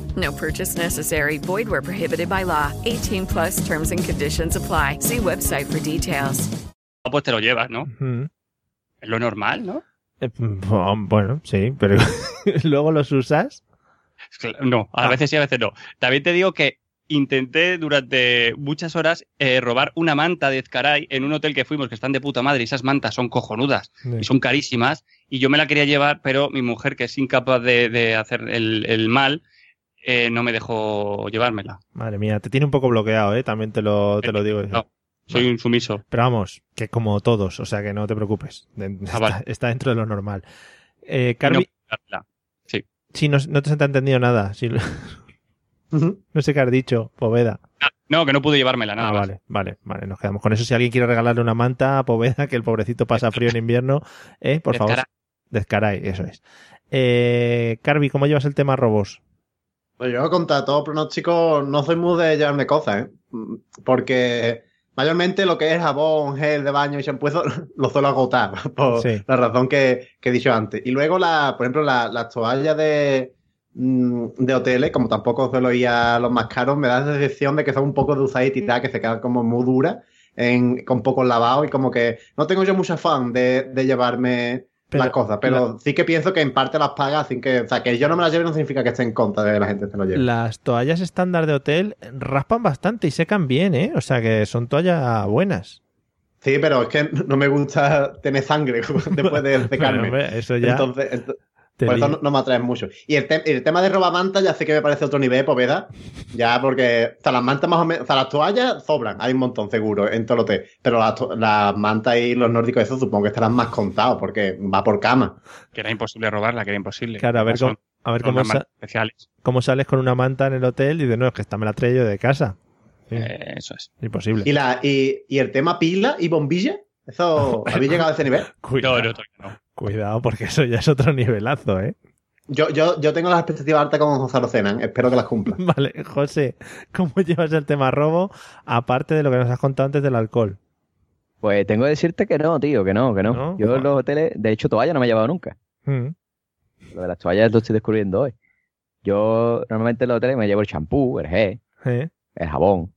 J: No purchase necessary. Void where prohibited by law. 18 plus terms and conditions apply. See website for details.
C: Ah, Pues te lo llevas, ¿no? Es lo normal, ¿no?
B: Mm. Eh, bu- Bueno, sí, pero luego los usas.
C: Es que- No,
B: Ah.
C: a veces sí, a veces no. También te digo que intenté durante muchas horas eh, robar una manta de Ezcaray en un hotel que fuimos, que están de puta madre, y esas mantas son cojonudas y son carísimas, y yo me la quería llevar, pero mi mujer, que es incapaz de, de hacer el, el mal, eh, no me dejó llevármela.
B: Madre mía, te tiene un poco bloqueado, ¿eh? También te lo, te lo digo.
C: soy un sumiso.
B: Pero vamos, que como todos, o sea que no te preocupes. De- Está,
C: Ah, vale.
B: está dentro de lo normal. Eh, Carvi,
C: sí.
B: no, no te has entendido nada. sí. no sé qué has dicho, Poveda.
C: No, que no pude llevármela, nada
B: Ah,
C: más.
B: vale, vale, vale, nos quedamos con eso. Si alguien quiere regalarle una manta a Poveda, que el pobrecito pasa frío en invierno, eh, por favor.
C: Descaray.
B: Descaray, eso es. Eh, Carvi, ¿cómo llevas el tema robos?
D: Pues yo contra todo pronóstico no soy muy de llevarme cosas, ¿eh? Mm, Porque mayormente lo que es jabón, gel de baño y shampoo, eso lo suelo agotar, por
B: Sí.
D: la razón que, que he dicho antes. Y luego, la, por ejemplo, la- las toallas de, mm, de hoteles, como tampoco suelo ir a los más caros, me da la sensación de que son un poco de usar y tirar, que se quedan como muy duras, en, con poco lavado y como que no tengo yo mucha fan de, de llevarme
B: Pero-
D: las cosas, pero
B: la-
D: sí que pienso que en parte las pagas, sin que, o sea, que yo no me las lleve no significa que esté en contra de que la gente se lo lleve.
B: Las toallas estándar de hotel raspan bastante y secan bien, ¿eh? O sea que son toallas buenas.
D: Sí, pero es que no me gusta tener sangre después de secarme.
B: Bueno, hombre, eso ya
D: Entonces, ento-
B: te
D: por eso
B: li-
D: no, no me atraen mucho. Y el, tem- el tema de robar mantas ya sé que me parece otro nivel, Poveda. Ya, porque o sea, las mantas más o menos, o sea, las toallas sobran, hay un montón seguro en todo el hotel. Pero las, to- las mantas y los nórdicos, eso supongo que estarán más contados porque va por cama.
C: Que era imposible robarla, que era imposible.
B: Claro, a ver
C: Son-
B: cómo, a ver
C: son
B: cómo,
C: las
B: sa-
C: mantas especiales.
B: cómo sales con una manta en el hotel y de no, es que esta me la traigo yo de casa. Sí,
C: Eh, eso es.
B: Imposible.
D: Y, la, y, y el tema pila y bombilla, eso, ¿habéis llegado a ese nivel?
B: Cuidado, cuidado, porque eso ya es otro nivelazo, ¿eh?
D: Yo, yo, yo tengo las expectativas altas con Gonzalo Cenan, espero que las cumpla.
B: Vale, José, ¿cómo llevas el tema robo? Aparte de lo que nos has contado antes del alcohol.
E: Pues tengo que decirte que no, tío, que no, que no.
B: ¿No?
E: Yo en los hoteles, de hecho, toalla no me he llevado nunca.
B: Mm.
E: Lo de las toallas lo estoy descubriendo hoy. Yo normalmente en los hoteles me llevo el champú, el gel,
B: Eh,
E: el jabón,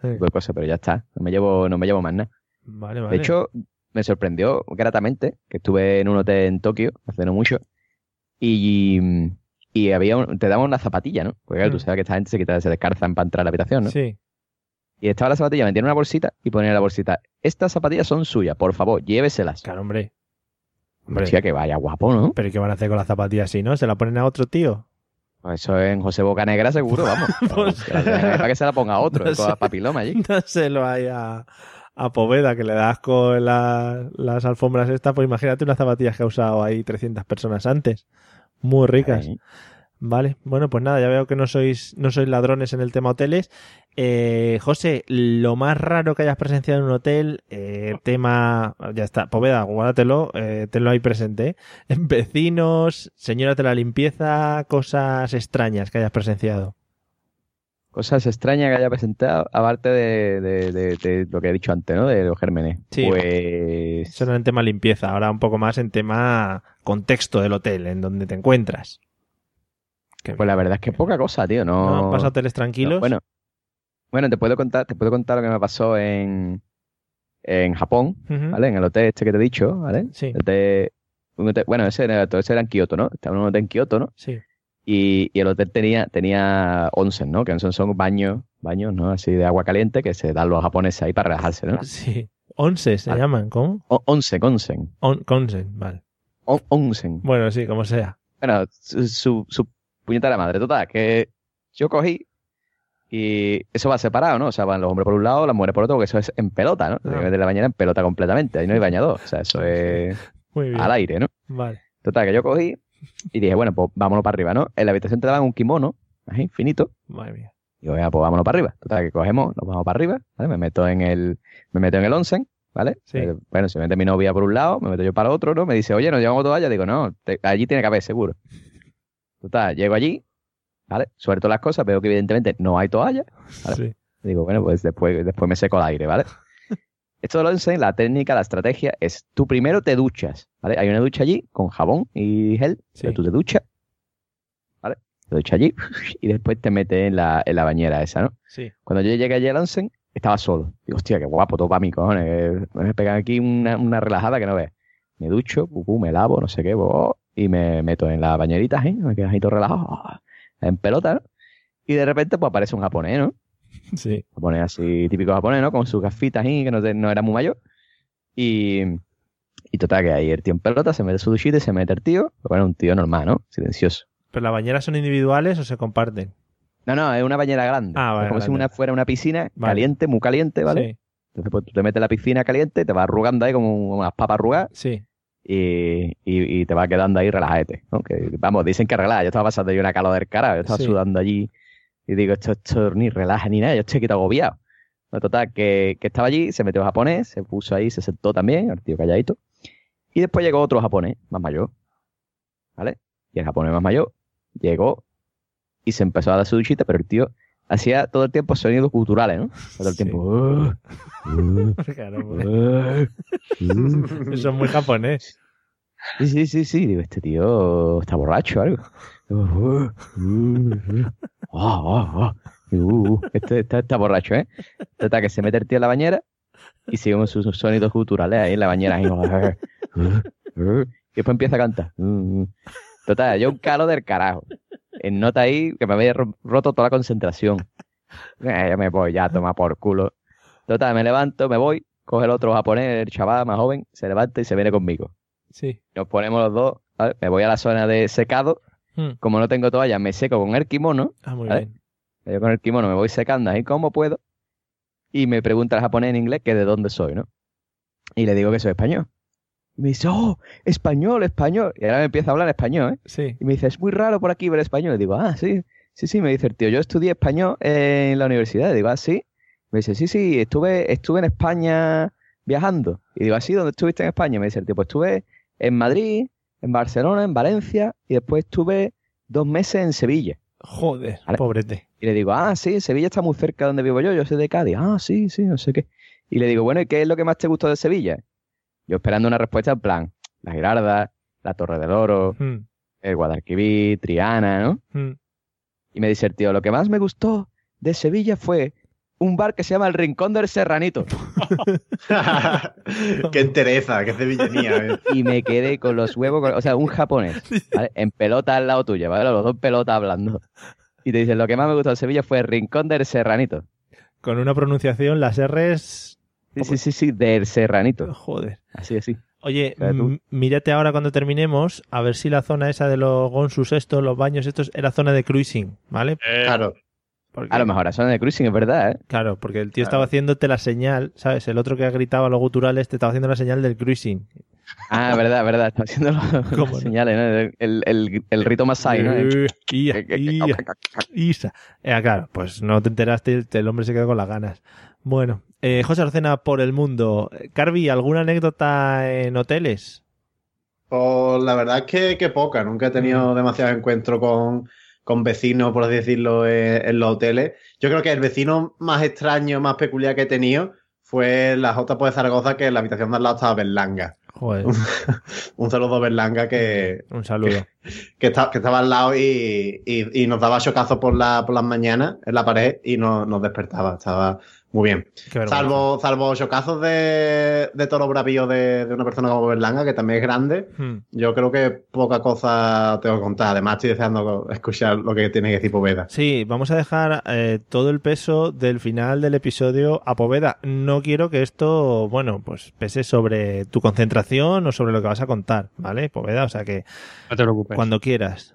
B: Sí.
E: tipo de cosas, pero ya está. No me llevo, no me llevo más nada.
B: Vale, vale.
E: De hecho, me sorprendió gratamente que estuve en un hotel en Tokio hace no mucho y, y había un- te daban una zapatilla, ¿no? Porque claro, tú
B: Mm.
E: sabes que esta gente se, quita, se descarzan para entrar a la habitación, ¿no?
B: Sí.
E: Y estaba la zapatilla, metieron una bolsita y ponían en la bolsita. Estas zapatillas son suyas, por favor, lléveselas.
B: Claro, hombre.
E: Hombre, hostia, que vaya guapo, ¿no?
B: Pero ¿y ¿qué van a hacer con las zapatillas si no? ¿Se la ponen a otro tío?
E: Pues Eso en José Bocanegra seguro, vamos. Vamos, que la
B: Pues-
E: dejen ahí para que se la ponga otro,
B: No
E: con la
B: sé.
E: papiloma allí.
B: Dáselo ahí a, a Poveda, que le das con las alfombras estas. Pues imagínate unas zapatillas que ha usado ahí 300 personas antes. Muy ricas.
E: Ahí.
B: Vale, bueno, pues nada, ya veo que no sois, no sois ladrones en el tema hoteles. Eh, José, lo más raro que hayas presenciado en un hotel, eh, tema, ya está, Poveda, guárdatelo, eh, tenlo ahí presente. ¿eh? Vecinos, señoras de la limpieza, cosas extrañas que hayas presenciado.
E: Cosas extrañas que haya presentado, aparte de, de- de- de lo que he dicho antes, ¿no? De los gérmenes.
B: Sí.
E: Pues
B: Eso era en tema limpieza, ahora un poco más en tema contexto del hotel, en donde te encuentras.
E: Pues la verdad es que poca cosa, tío. No,
B: ¿No? ¿Vas a hoteles tranquilos?
E: no, bueno, bueno, te puedo contar, te puedo contar lo que me pasó en, en Japón,
B: Ujú.
E: ¿vale? En el hotel este que te he dicho, ¿vale?
B: Sí.
E: El de- un hotel- bueno, ese era, todo ese era en Kioto, ¿no? Estaba en un hotel en Kioto, ¿no?
B: Sí.
E: Y, y el hotel tenía, tenía onsen, ¿no? Que onsen son baños, baños, ¿no? Así de agua caliente que se dan los japoneses ahí para relajarse, ¿no?
B: Sí. Once se
E: Vale.
B: llaman, ¿cómo?
E: O- onsen, onsen,
B: On, onsen, vale.
E: on- onsen.
B: Bueno, sí, como sea.
E: Bueno, su, su, su puñeta de la madre, total, que yo cogí y eso va separado, ¿no? O sea, van los hombres por un lado, las mujeres por otro, porque eso es en pelota, ¿no?
B: Ah.
E: Te metes la bañera en pelota completamente, ahí no hay bañador, o sea, eso es
B: Muy bien.
E: al aire, ¿no?
B: Vale.
E: Total, que yo cogí Y dije, bueno, pues vámonos para arriba, ¿no? En la habitación te daban un kimono, así, finito.
B: Madre mía.
E: Y yo, venga, pues vámonos para arriba. Total, que cogemos, nos vamos para arriba, ¿vale? Me meto en el, me meto en el onsen, ¿vale? Eh, bueno, se mete mi novia por un lado, me meto yo para otro, ¿no? Me dice, oye, ¿nos llevamos toalla? Digo, no, te- allí tiene que haber, seguro. Total, llego allí, ¿vale? Suelto las cosas, veo que evidentemente no hay toalla. ¿vale? Digo, bueno, pues después, después me seco el aire, ¿vale? Esto del onsen, la técnica, la estrategia es tú primero te duchas, ¿vale? Hay una ducha allí con jabón y gel, pero tú te duchas, ¿vale? Te duchas allí y después te metes en la, en la bañera esa, ¿no?
B: Sí.
E: Cuando yo llegué allí al onsen, estaba solo. Digo, hostia, qué guapo, todo para mí, cojones. eh, Me pegan aquí una, una relajada que no ves. Me ducho, pu, pu, me lavo, no sé qué, bo, y me meto en la bañerita, ¿eh? me quedo ahí todo relajado, ah, en pelota, ¿no? Y de repente, pues aparece un japonés, ¿no?
B: Sí.
E: Japonés así, típico japonés, ¿no? Con sus gafitas ahí, que no, te- no era muy mayor. Y, y total, que ahí el tío en pelota se mete su duchita y se mete el tío. Pero bueno, un tío normal, ¿no? Silencioso.
B: ¿Pero las bañeras son individuales o se comparten?
E: No, no, es una bañera grande.
B: Ah, vale,
E: como si
B: grande.
E: una fuera una piscina
B: Vale.
E: caliente, muy caliente, ¿vale?
B: Sí.
E: Entonces, pues tú te metes en la piscina caliente, te vas arrugando ahí como unas papas arrugadas.
B: Sí.
E: Y, y- y te vas quedando ahí relajete. ¿no? Que, vamos, dicen que relaja. Yo estaba pasando yo una calor del cara, yo estaba
B: Sí.
E: sudando allí. Y digo, esto, esto ni relaja ni nada, yo estoy aquí todo agobiado. No, total, que, que estaba allí, se metió japonés, se puso ahí, se sentó también, el tío calladito. Y después llegó otro japonés, más mayor. ¿Vale? Y el japonés más mayor llegó y se empezó a dar su duchita, pero el tío hacía todo el tiempo sonidos culturales, ¿no? Todo el tiempo. "Ugh, ugh, ugh, ugh".
B: pues, Eso es muy japonés.
E: Sí, sí, sí, sí. Digo, este tío está borracho o algo. Uh, uh, uh. Ah, ah, ah. Uh, uh. Este está, está borracho, ¿eh? Total, que se mete el tío en la bañera y sigue con sus, sus sonidos culturales ahí en la bañera. ahí, uh, uh, uh. Y después empieza a cantar. Uh, uh. Total, yo un calo del carajo. En nota ahí que me había ro- roto toda la concentración. Eh, ya me voy, ya toma por culo. Total, me levanto, me voy, coge el otro japonés, el chaval más joven, se levanta y se viene conmigo.
B: Sí.
E: Nos ponemos los dos, ¿vale? me voy a la zona de secado.
B: Hmm.
E: Como no tengo toalla, me seco con el kimono.
B: Ah, muy
E: ¿vale? Yo con el kimono me voy secando ahí como puedo. Y me pregunta el japonés en inglés que de dónde soy, ¿no? Y le digo que soy español. Y me dice, oh, español, español. Y ahora me empieza a hablar español, ¿eh?
B: Sí.
E: Y me dice, es muy raro por aquí ver español. Y digo, ah, sí, sí, sí. Me dice el tío, yo estudié español en la universidad. Y digo, ah, sí. Me dice, sí, sí, estuve, estuve en España viajando. Y digo, así, ¿dónde estuviste en España? Me dice el tío, pues estuve en Madrid, en Barcelona, en Valencia. Y después estuve dos meses en Sevilla.
B: Joder,
E: ¿Vale?
B: pobrete.
E: Y le digo, ah, sí, Sevilla está muy cerca de donde vivo yo, yo soy de Cádiz. Ah, sí, sí, no sé qué. Y le digo, bueno, ¿y qué es lo que más te gustó de Sevilla? Yo esperando una respuesta en plan, la Girarda, la Torre del Oro,
B: Hmm.
E: el Guadalquivir, Triana, ¿no?
B: Hmm.
E: Y me dice el tío, lo que más me gustó de Sevilla fue un bar que se llama El Rincón del Serranito.
D: qué entereza, qué sevillanía. eh.
E: y me quedé con los huevos, con- o sea, un japonés, ¿vale? En pelota al lado tuyo, ¿vale? Los dos en pelota hablando. Y te dicen, lo que más me gustó de Sevilla fue el Rincón del Serranito.
B: Con una pronunciación, las R's.
E: Sí, sí, sí, sí, del Serranito.
B: Joder.
E: Así, así.
B: Oye,
E: sea, tú-
B: m- mírate ahora cuando terminemos, a ver si la zona esa de los gonsus estos, los baños estos, era zona de cruising, ¿vale?
C: Eh,
D: Claro.
B: Porque-
E: A lo mejor a zona de cruising, es verdad, ¿eh?
B: Claro, porque el tío estaba haciéndote la señal, ¿sabes? El otro que gritaba los guturales te este estaba haciendo la señal del cruising.
E: Ah, verdad, verdad. Está haciendo los- las
B: ¿Cómo no?
E: señales, ¿no? El, el, el rito masai, ¿no?
B: Eh, ia, ia, isa. Eh, claro, pues no te enteraste, el- el hombre se quedó con las ganas. Bueno, eh, José Arcena por el mundo. Eh, Carvi, ¿alguna anécdota en hoteles?
D: Pues la verdad es que, que poca, nunca he tenido demasiados encuentros con, con vecinos, por así decirlo, eh, en los hoteles. Yo creo que el vecino más extraño, más peculiar que he tenido fue la J de Zaragoza, que en la habitación de al lado estaba Berlanga.
B: Joder,
D: Un saludo a Berlanga que,
B: un saludo.
D: que, esta- que estaba al lado y, y- y nos daba chocazo por, la, por las mañanas en la pared y no- nos despertaba. Estaba muy bien.
B: Qué vergüenza.
D: Salvo, salvo chocazos de, de toro bravío de, de una persona como Berlanga, que también es grande,
B: Hmm.
D: yo creo que poca cosa tengo que contar. Además, estoy deseando escuchar lo que tiene que decir Poveda.
B: Sí, vamos a dejar eh, todo el peso del final del episodio a Poveda. No quiero que esto, bueno, pues pese sobre tu concentración o sobre lo que vas a contar, ¿vale, Poveda? O sea que
C: Pues No te preocupes.
B: cuando quieras.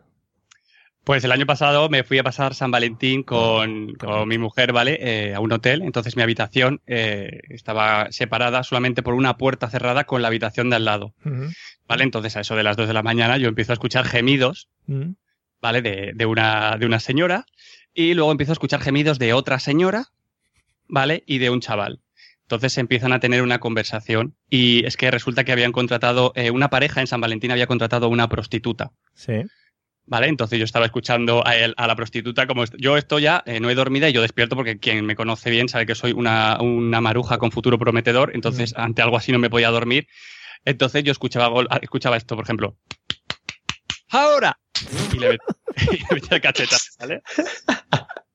C: Pues el año pasado me fui a pasar San Valentín con, con mi mujer, ¿vale? Eh, a un hotel. Entonces mi habitación eh, estaba separada solamente por una puerta cerrada con la habitación de al lado, ¿vale? Entonces a eso de las 2 de la mañana yo empiezo a escuchar gemidos,
B: Mm,
C: ¿vale? De, de una, de una señora. Y luego empiezo a escuchar gemidos de otra señora, ¿vale? Y de un chaval. Entonces empiezan a tener una conversación y es que resulta que habían contratado, eh, una pareja en San Valentín había contratado una prostituta.
B: Sí.
C: ¿Vale? Entonces yo estaba escuchando a, él, a la prostituta como est- yo esto ya eh, no he dormido y yo despierto porque quien me conoce bien sabe que soy una, una maruja con futuro prometedor, entonces ante algo así no me podía dormir. Entonces yo escuchaba, gol- ah, escuchaba esto, por ejemplo. ¡Ahora! Y le met- y le metía el cachetazo, ¿vale?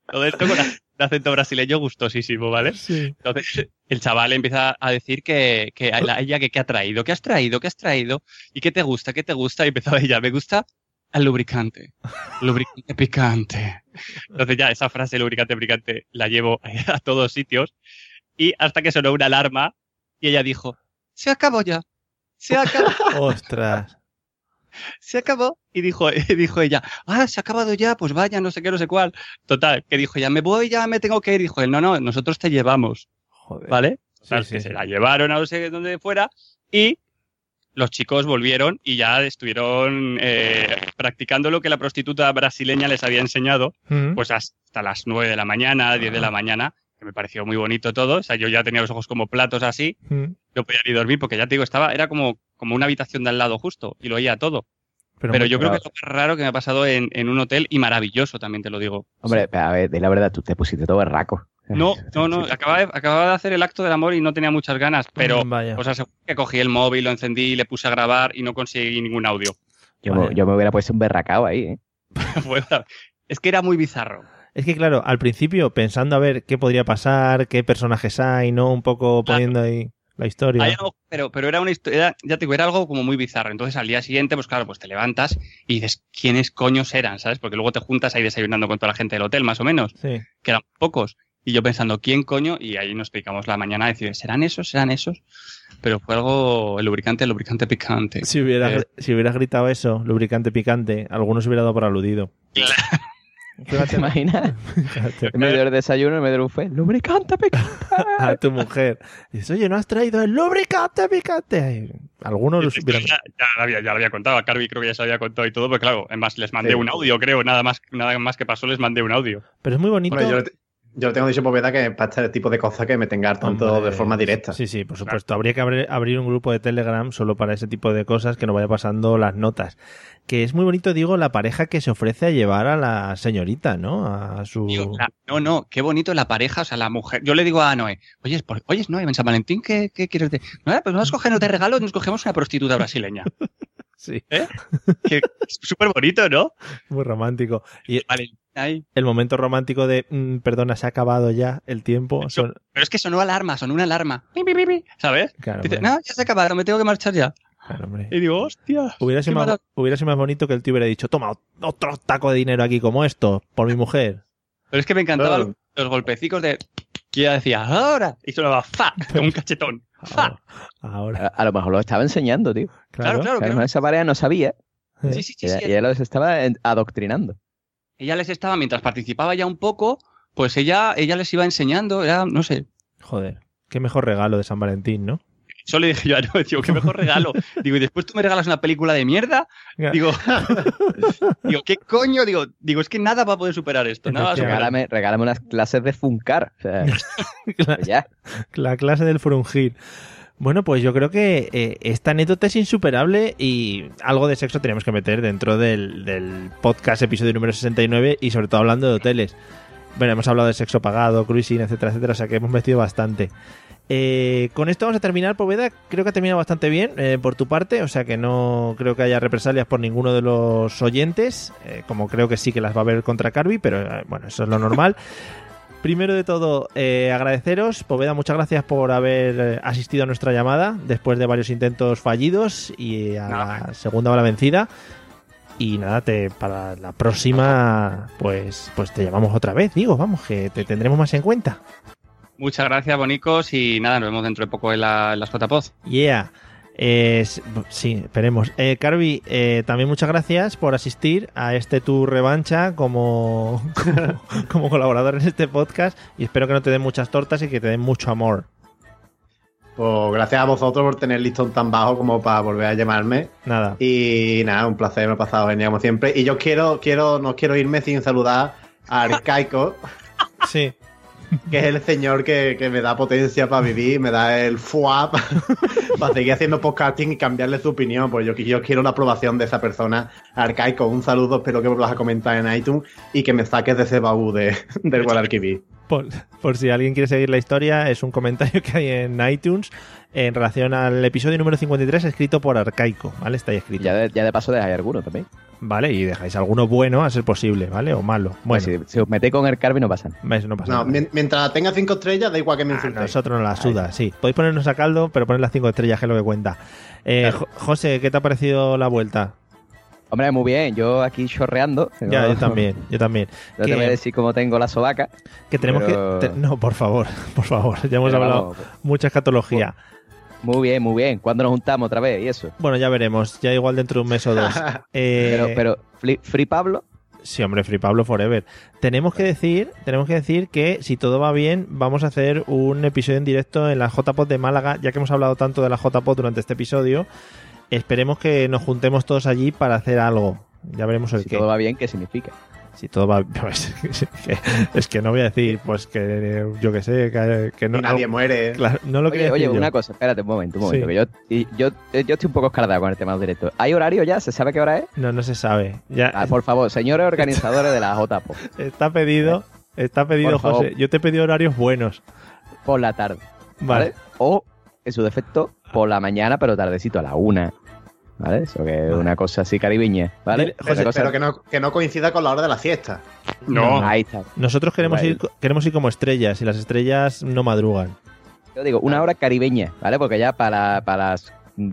C: Todo esto con ac- un acento brasileño gustosísimo, ¿vale? Entonces el chaval empieza a decir que, que a la- ella que, que ha traído, que has traído, que has traído y que te gusta, que te gusta y empezaba ella, me gusta el lubricante, lubricante picante. Entonces ya esa frase lubricante picante la llevo a todos sitios y hasta que sonó una alarma y ella dijo, se acabó ya, se acabó,
B: Ostras.
C: se acabó y dijo, y dijo ella, ah, se ha acabado ya, pues vaya, no sé qué, no sé cuál. Total, que dijo ya, me voy, ya me tengo que ir. Dijo él, no, no, nosotros te llevamos. ¿Vale? Total, que se la llevaron a no sé dónde fuera y los chicos volvieron y ya estuvieron eh, practicando lo que la prostituta brasileña les había enseñado,
B: Mm.
C: pues hasta las 9 de la mañana, 10 de la mañana, que me pareció muy bonito todo. O sea, yo ya tenía los ojos como platos así,
B: Mm.
C: no podía ni dormir porque ya te digo, estaba, era como, como una habitación de al lado justo y lo oía todo. Pero,
E: muy
C: yo creo que es
E: claro.
C: lo más raro que me ha pasado en, en un hotel y maravilloso, también te lo digo.
E: Hombre, pero a ver, de la verdad, tú te pusiste todo berraco.
C: No, no, no. Acababa de, acababa de hacer el acto del amor y no tenía muchas ganas,
B: Mm,
C: pero pues os aseguro que cogí el móvil, lo encendí, le puse a grabar y no conseguí ningún audio.
E: Yo, me, yo me hubiera puesto un berracao ahí, ¿eh?
C: Fue- es que era muy bizarro.
B: Es que claro, al principio pensando a ver qué podría pasar, qué personajes hay, ¿no? Un poco poniendo ahí la historia.
C: Hay algo- pero, pero era una historia, ya te digo, era algo como muy bizarro. Entonces al día siguiente, pues claro, pues te levantas y dices, ¿quiénes coños eran? ¿Sabes? Porque luego te juntas ahí desayunando con toda la gente del hotel, más o menos,
B: Sí.
C: que eran pocos. Y yo pensando, ¿quién coño? Y ahí nos picamos la mañana a decir, ¿serán esos? ¿Serán esos? Pero fue algo, el lubricante, el lubricante picante.
B: Si hubieras,
C: Eh,
B: si hubieras gritado eso, lubricante picante, algunos hubiera dado por aludido.
E: ¿Te imaginas? en medio del desayuno, en medio del buffet, lubricante picante.
B: A tu mujer. Dices, oye, no has traído el lubricante picante. Ay, Algunos los hubieran-
C: Ya, ya la había, ya la había contado, a Carvi creo que ya se la había contado y todo, pero claro, además les mandé
B: Sí.
C: un audio, creo, nada más, nada más que pasó, les mandé un audio.
B: Pero es muy bonito.
D: Hombre, yo, lo te- yo lo tengo dicho por verdad que para este tipo de cosas que me tenga tanto de forma directa.
B: Sí, sí, por supuesto. Habría que abrir, abrir un grupo de Telegram solo para ese tipo de cosas que nos vaya pasando las notas. Que es muy bonito, digo, la pareja que se ofrece a llevar a la señorita, ¿no? A su.
C: La- "Ah, no, no, qué bonito la pareja, o sea, la mujer. Yo le digo a Noé, oye, es por- oye Noé, en San Valentín, ¿qué, qué quieres de...? No, pues vamos a cogernos de regalo, nos cogemos una prostituta brasileña.
B: Sí.
C: ¿Eh? Que- es Súper bonito, ¿no?
B: Muy romántico. Y
C: Ahí.
B: el momento romántico de, mm, perdona, se ha acabado ya el tiempo. Son-
C: Pero es que sonó alarma, sonó una alarma. Pi, pi, pi, pi, ¿Sabes?
B: Claro,
C: Dice,
B: hombre.
C: no, ya se ha acabado, me tengo que marchar ya.
B: Claro, hombre.
C: Y digo, hostia.
B: Hubiera
C: qué
B: sido, más,
C: maravilla".
B: hubiera sido más bonito que el tío hubiera dicho, toma otro taco de dinero aquí como esto, por mi mujer.
C: Pero es que me encantaban
B: Claro.
C: los golpecicos de... Que ella decía, ahora. Y sonaba, fa, con un cachetón. Fa.
B: Ahora.
E: A, a lo mejor lo estaba enseñando, tío.
C: Claro, claro,
E: A lo
C: claro.
E: mejor esa pareja no sabía.
B: Eh,
C: Sí, sí,
E: y
C: sí,
E: ella,
C: sí.
E: y ella los estaba en- adoctrinando.
C: Ella les estaba, mientras participaba ya un poco, pues ella, ella les iba enseñando, era, no sé,
B: Joder, qué mejor regalo de San Valentín, ¿no?
C: Solo dije yo, no, digo, qué mejor regalo. Digo, y después tú me regalas una película de mierda.
B: Ya.
C: Digo, digo, ¿qué coño? Digo, digo, es que nada va a poder superar esto. Nada va a superar.
E: Regálame, regálame unas clases de Funcar. O sea, pues
B: Claro.
E: ya.
B: La clase del frungir. Bueno, pues yo creo que eh, esta anécdota es insuperable y algo de sexo tenemos que meter dentro del, del podcast episodio número 69 y sobre todo hablando de hoteles. Bueno, hemos hablado de sexo pagado, cruising, etcétera, etcétera, o sea que hemos metido bastante. Eh, con esto vamos a terminar, Poveda. Creo que ha terminado bastante bien eh, por tu parte, o sea que no creo que haya represalias por ninguno de los oyentes, eh, como creo que sí que las va a haber contra Carby, pero eh, bueno, eso es lo normal. Primero de todo, eh, agradeceros, Poveda, muchas gracias por haber eh, asistido a nuestra llamada después de varios intentos fallidos y a la segunda hora vencida. Y nada, te, para la próxima, pues, pues te llamamos otra vez, digo, vamos, que te tendremos más en cuenta.
C: Muchas gracias, bonicos, y nada, nos vemos dentro de poco en, la, en las JPOZ.
B: Yeah. Eh, s- sí, esperemos. Eh, Carvi, eh, también muchas gracias por asistir a este tu revancha como, como, como colaborador en este podcast y espero que no te den muchas tortas y que te den mucho amor.
D: Pues gracias a vosotros por tener el listón tan bajo como para volver a llamarme.
B: Nada.
D: Y nada, un placer, me ha pasado genial como siempre. Y yo quiero, quiero, no quiero irme sin saludar a Arcaico.
B: Sí.
D: Que es el señor que, que me da potencia para vivir, me da el fuá para seguir haciendo podcasting y cambiarle su opinión. Pues yo, yo quiero la aprobación de esa persona. Arcaico, un saludo, espero que volvas a comentar en iTunes y que me saques de ese baú de, del Guadalquivir.
B: Por, por si alguien quiere seguir la historia, es un comentario que hay en iTunes en relación al episodio número 53 escrito por Arcaico, ¿vale? Está ahí escrito.
E: Ya de, ya de paso dejáis alguno también.
B: Vale, y dejáis alguno bueno a ser posible, ¿vale? O malo.
E: Pues
B: Bueno,
E: Si, si os metéis con el Carvi no pasan.
B: ¿ves? no pasa
D: No,
B: nada. Ah,
D: mien- mientras tenga cinco estrellas, da igual que me insultes.
B: Nosotros nos la suda, sí. Podéis ponernos a caldo, pero poner las cinco estrellas, que es lo que cuenta. Eh, Jo- José, ¿qué te ha parecido la vuelta?
E: Hombre, muy bien, yo aquí chorreando.
B: Ya, yo también, yo también.
E: No te
B: Que-
E: voy a decir cómo tengo la sobaca.
B: Que tenemos
E: pero-
B: que... te- no, por favor, por favor. Ya hemos
E: Pero
B: hablado
E: vamos.
B: mucha escatología.
E: Muy bien, muy bien. ¿Cuándo nos juntamos otra vez? Y eso.
B: Bueno, ya veremos. Ya igual dentro de un mes o dos. Eh,
E: Pero, pero Free, Free Pablo,
B: Sí, hombre, Free Pablo Forever. Tenemos que decir, tenemos que decir que si todo va bien, vamos a hacer un episodio en directo en la JPod de Málaga, ya que hemos hablado tanto de la JPod durante este episodio. Esperemos que nos juntemos todos allí para hacer algo. Ya veremos el
E: si
B: qué.
E: todo va bien, ¿qué significa?
B: Si todo va pues, es, que, es que no voy a decir, pues que yo que sé, que, que no.
D: Y nadie
B: algo-
D: muere.
B: Claro, no lo
E: Oye,
B: quería
E: oye,
B: decir yo.
E: una cosa, espérate un momento, un momento. que
B: Sí.
E: yo, y- yo, eh, yo estoy un poco escardado con el tema del directo. ¿Hay horario ya? ¿Se sabe qué hora es?
B: No, no se sabe. Ya
E: Ah, por favor, señores organizadores de la JPO,
B: está pedido, está pedido,
E: Por favor.
B: José. Yo te he pedido horarios buenos.
E: por la tarde.
B: Vale.
E: ¿vale? O, en su defecto, por la mañana, pero tardecito, a la una. ¿Vale? Eso que es una cosa así caribeña,
B: Dile,
E: ¿vale?
B: José,
E: Una cosa-
D: Pero que no, que no coincida con la hora de la fiesta.
C: No,
E: Ahí está.
B: Nosotros queremos
E: Vale.
B: ir queremos ir como estrellas y las estrellas no madrugan.
E: Yo digo, una hora caribeña, ¿vale? Porque ya para, para las mm,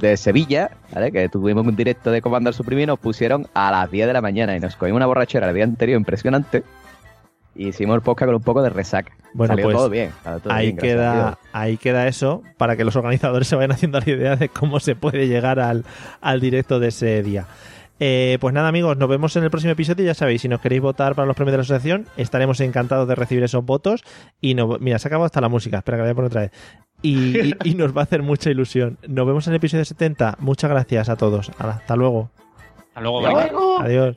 E: de Sevilla, ¿vale? Que tuvimos un directo de Comando al Suprimir, nos pusieron a las 10 de la mañana y nos cogimos una borrachera el día anterior impresionante. Y hicimos el podcast con un poco de resaca.
B: Bueno,
E: Salió
B: pues,
E: todo bien. salió todo
B: Ahí
E: bien, gracias a Dios.
B: queda ahí queda eso para que los organizadores se vayan haciendo la idea de cómo se puede llegar al, al directo de ese día. Eh, pues nada amigos, nos vemos en el próximo episodio. Ya sabéis, si nos queréis votar para los premios de la asociación, estaremos encantados de recibir esos votos. Y nos, mira, se acabó hasta la música. Espera que la voy a poner otra vez. Y, y- y nos va a hacer mucha ilusión. Nos vemos en el episodio 70. Muchas gracias a todos. Hala, Hasta luego.
C: hasta luego,
D: Hasta
C: venga.
D: luego.
B: Adiós.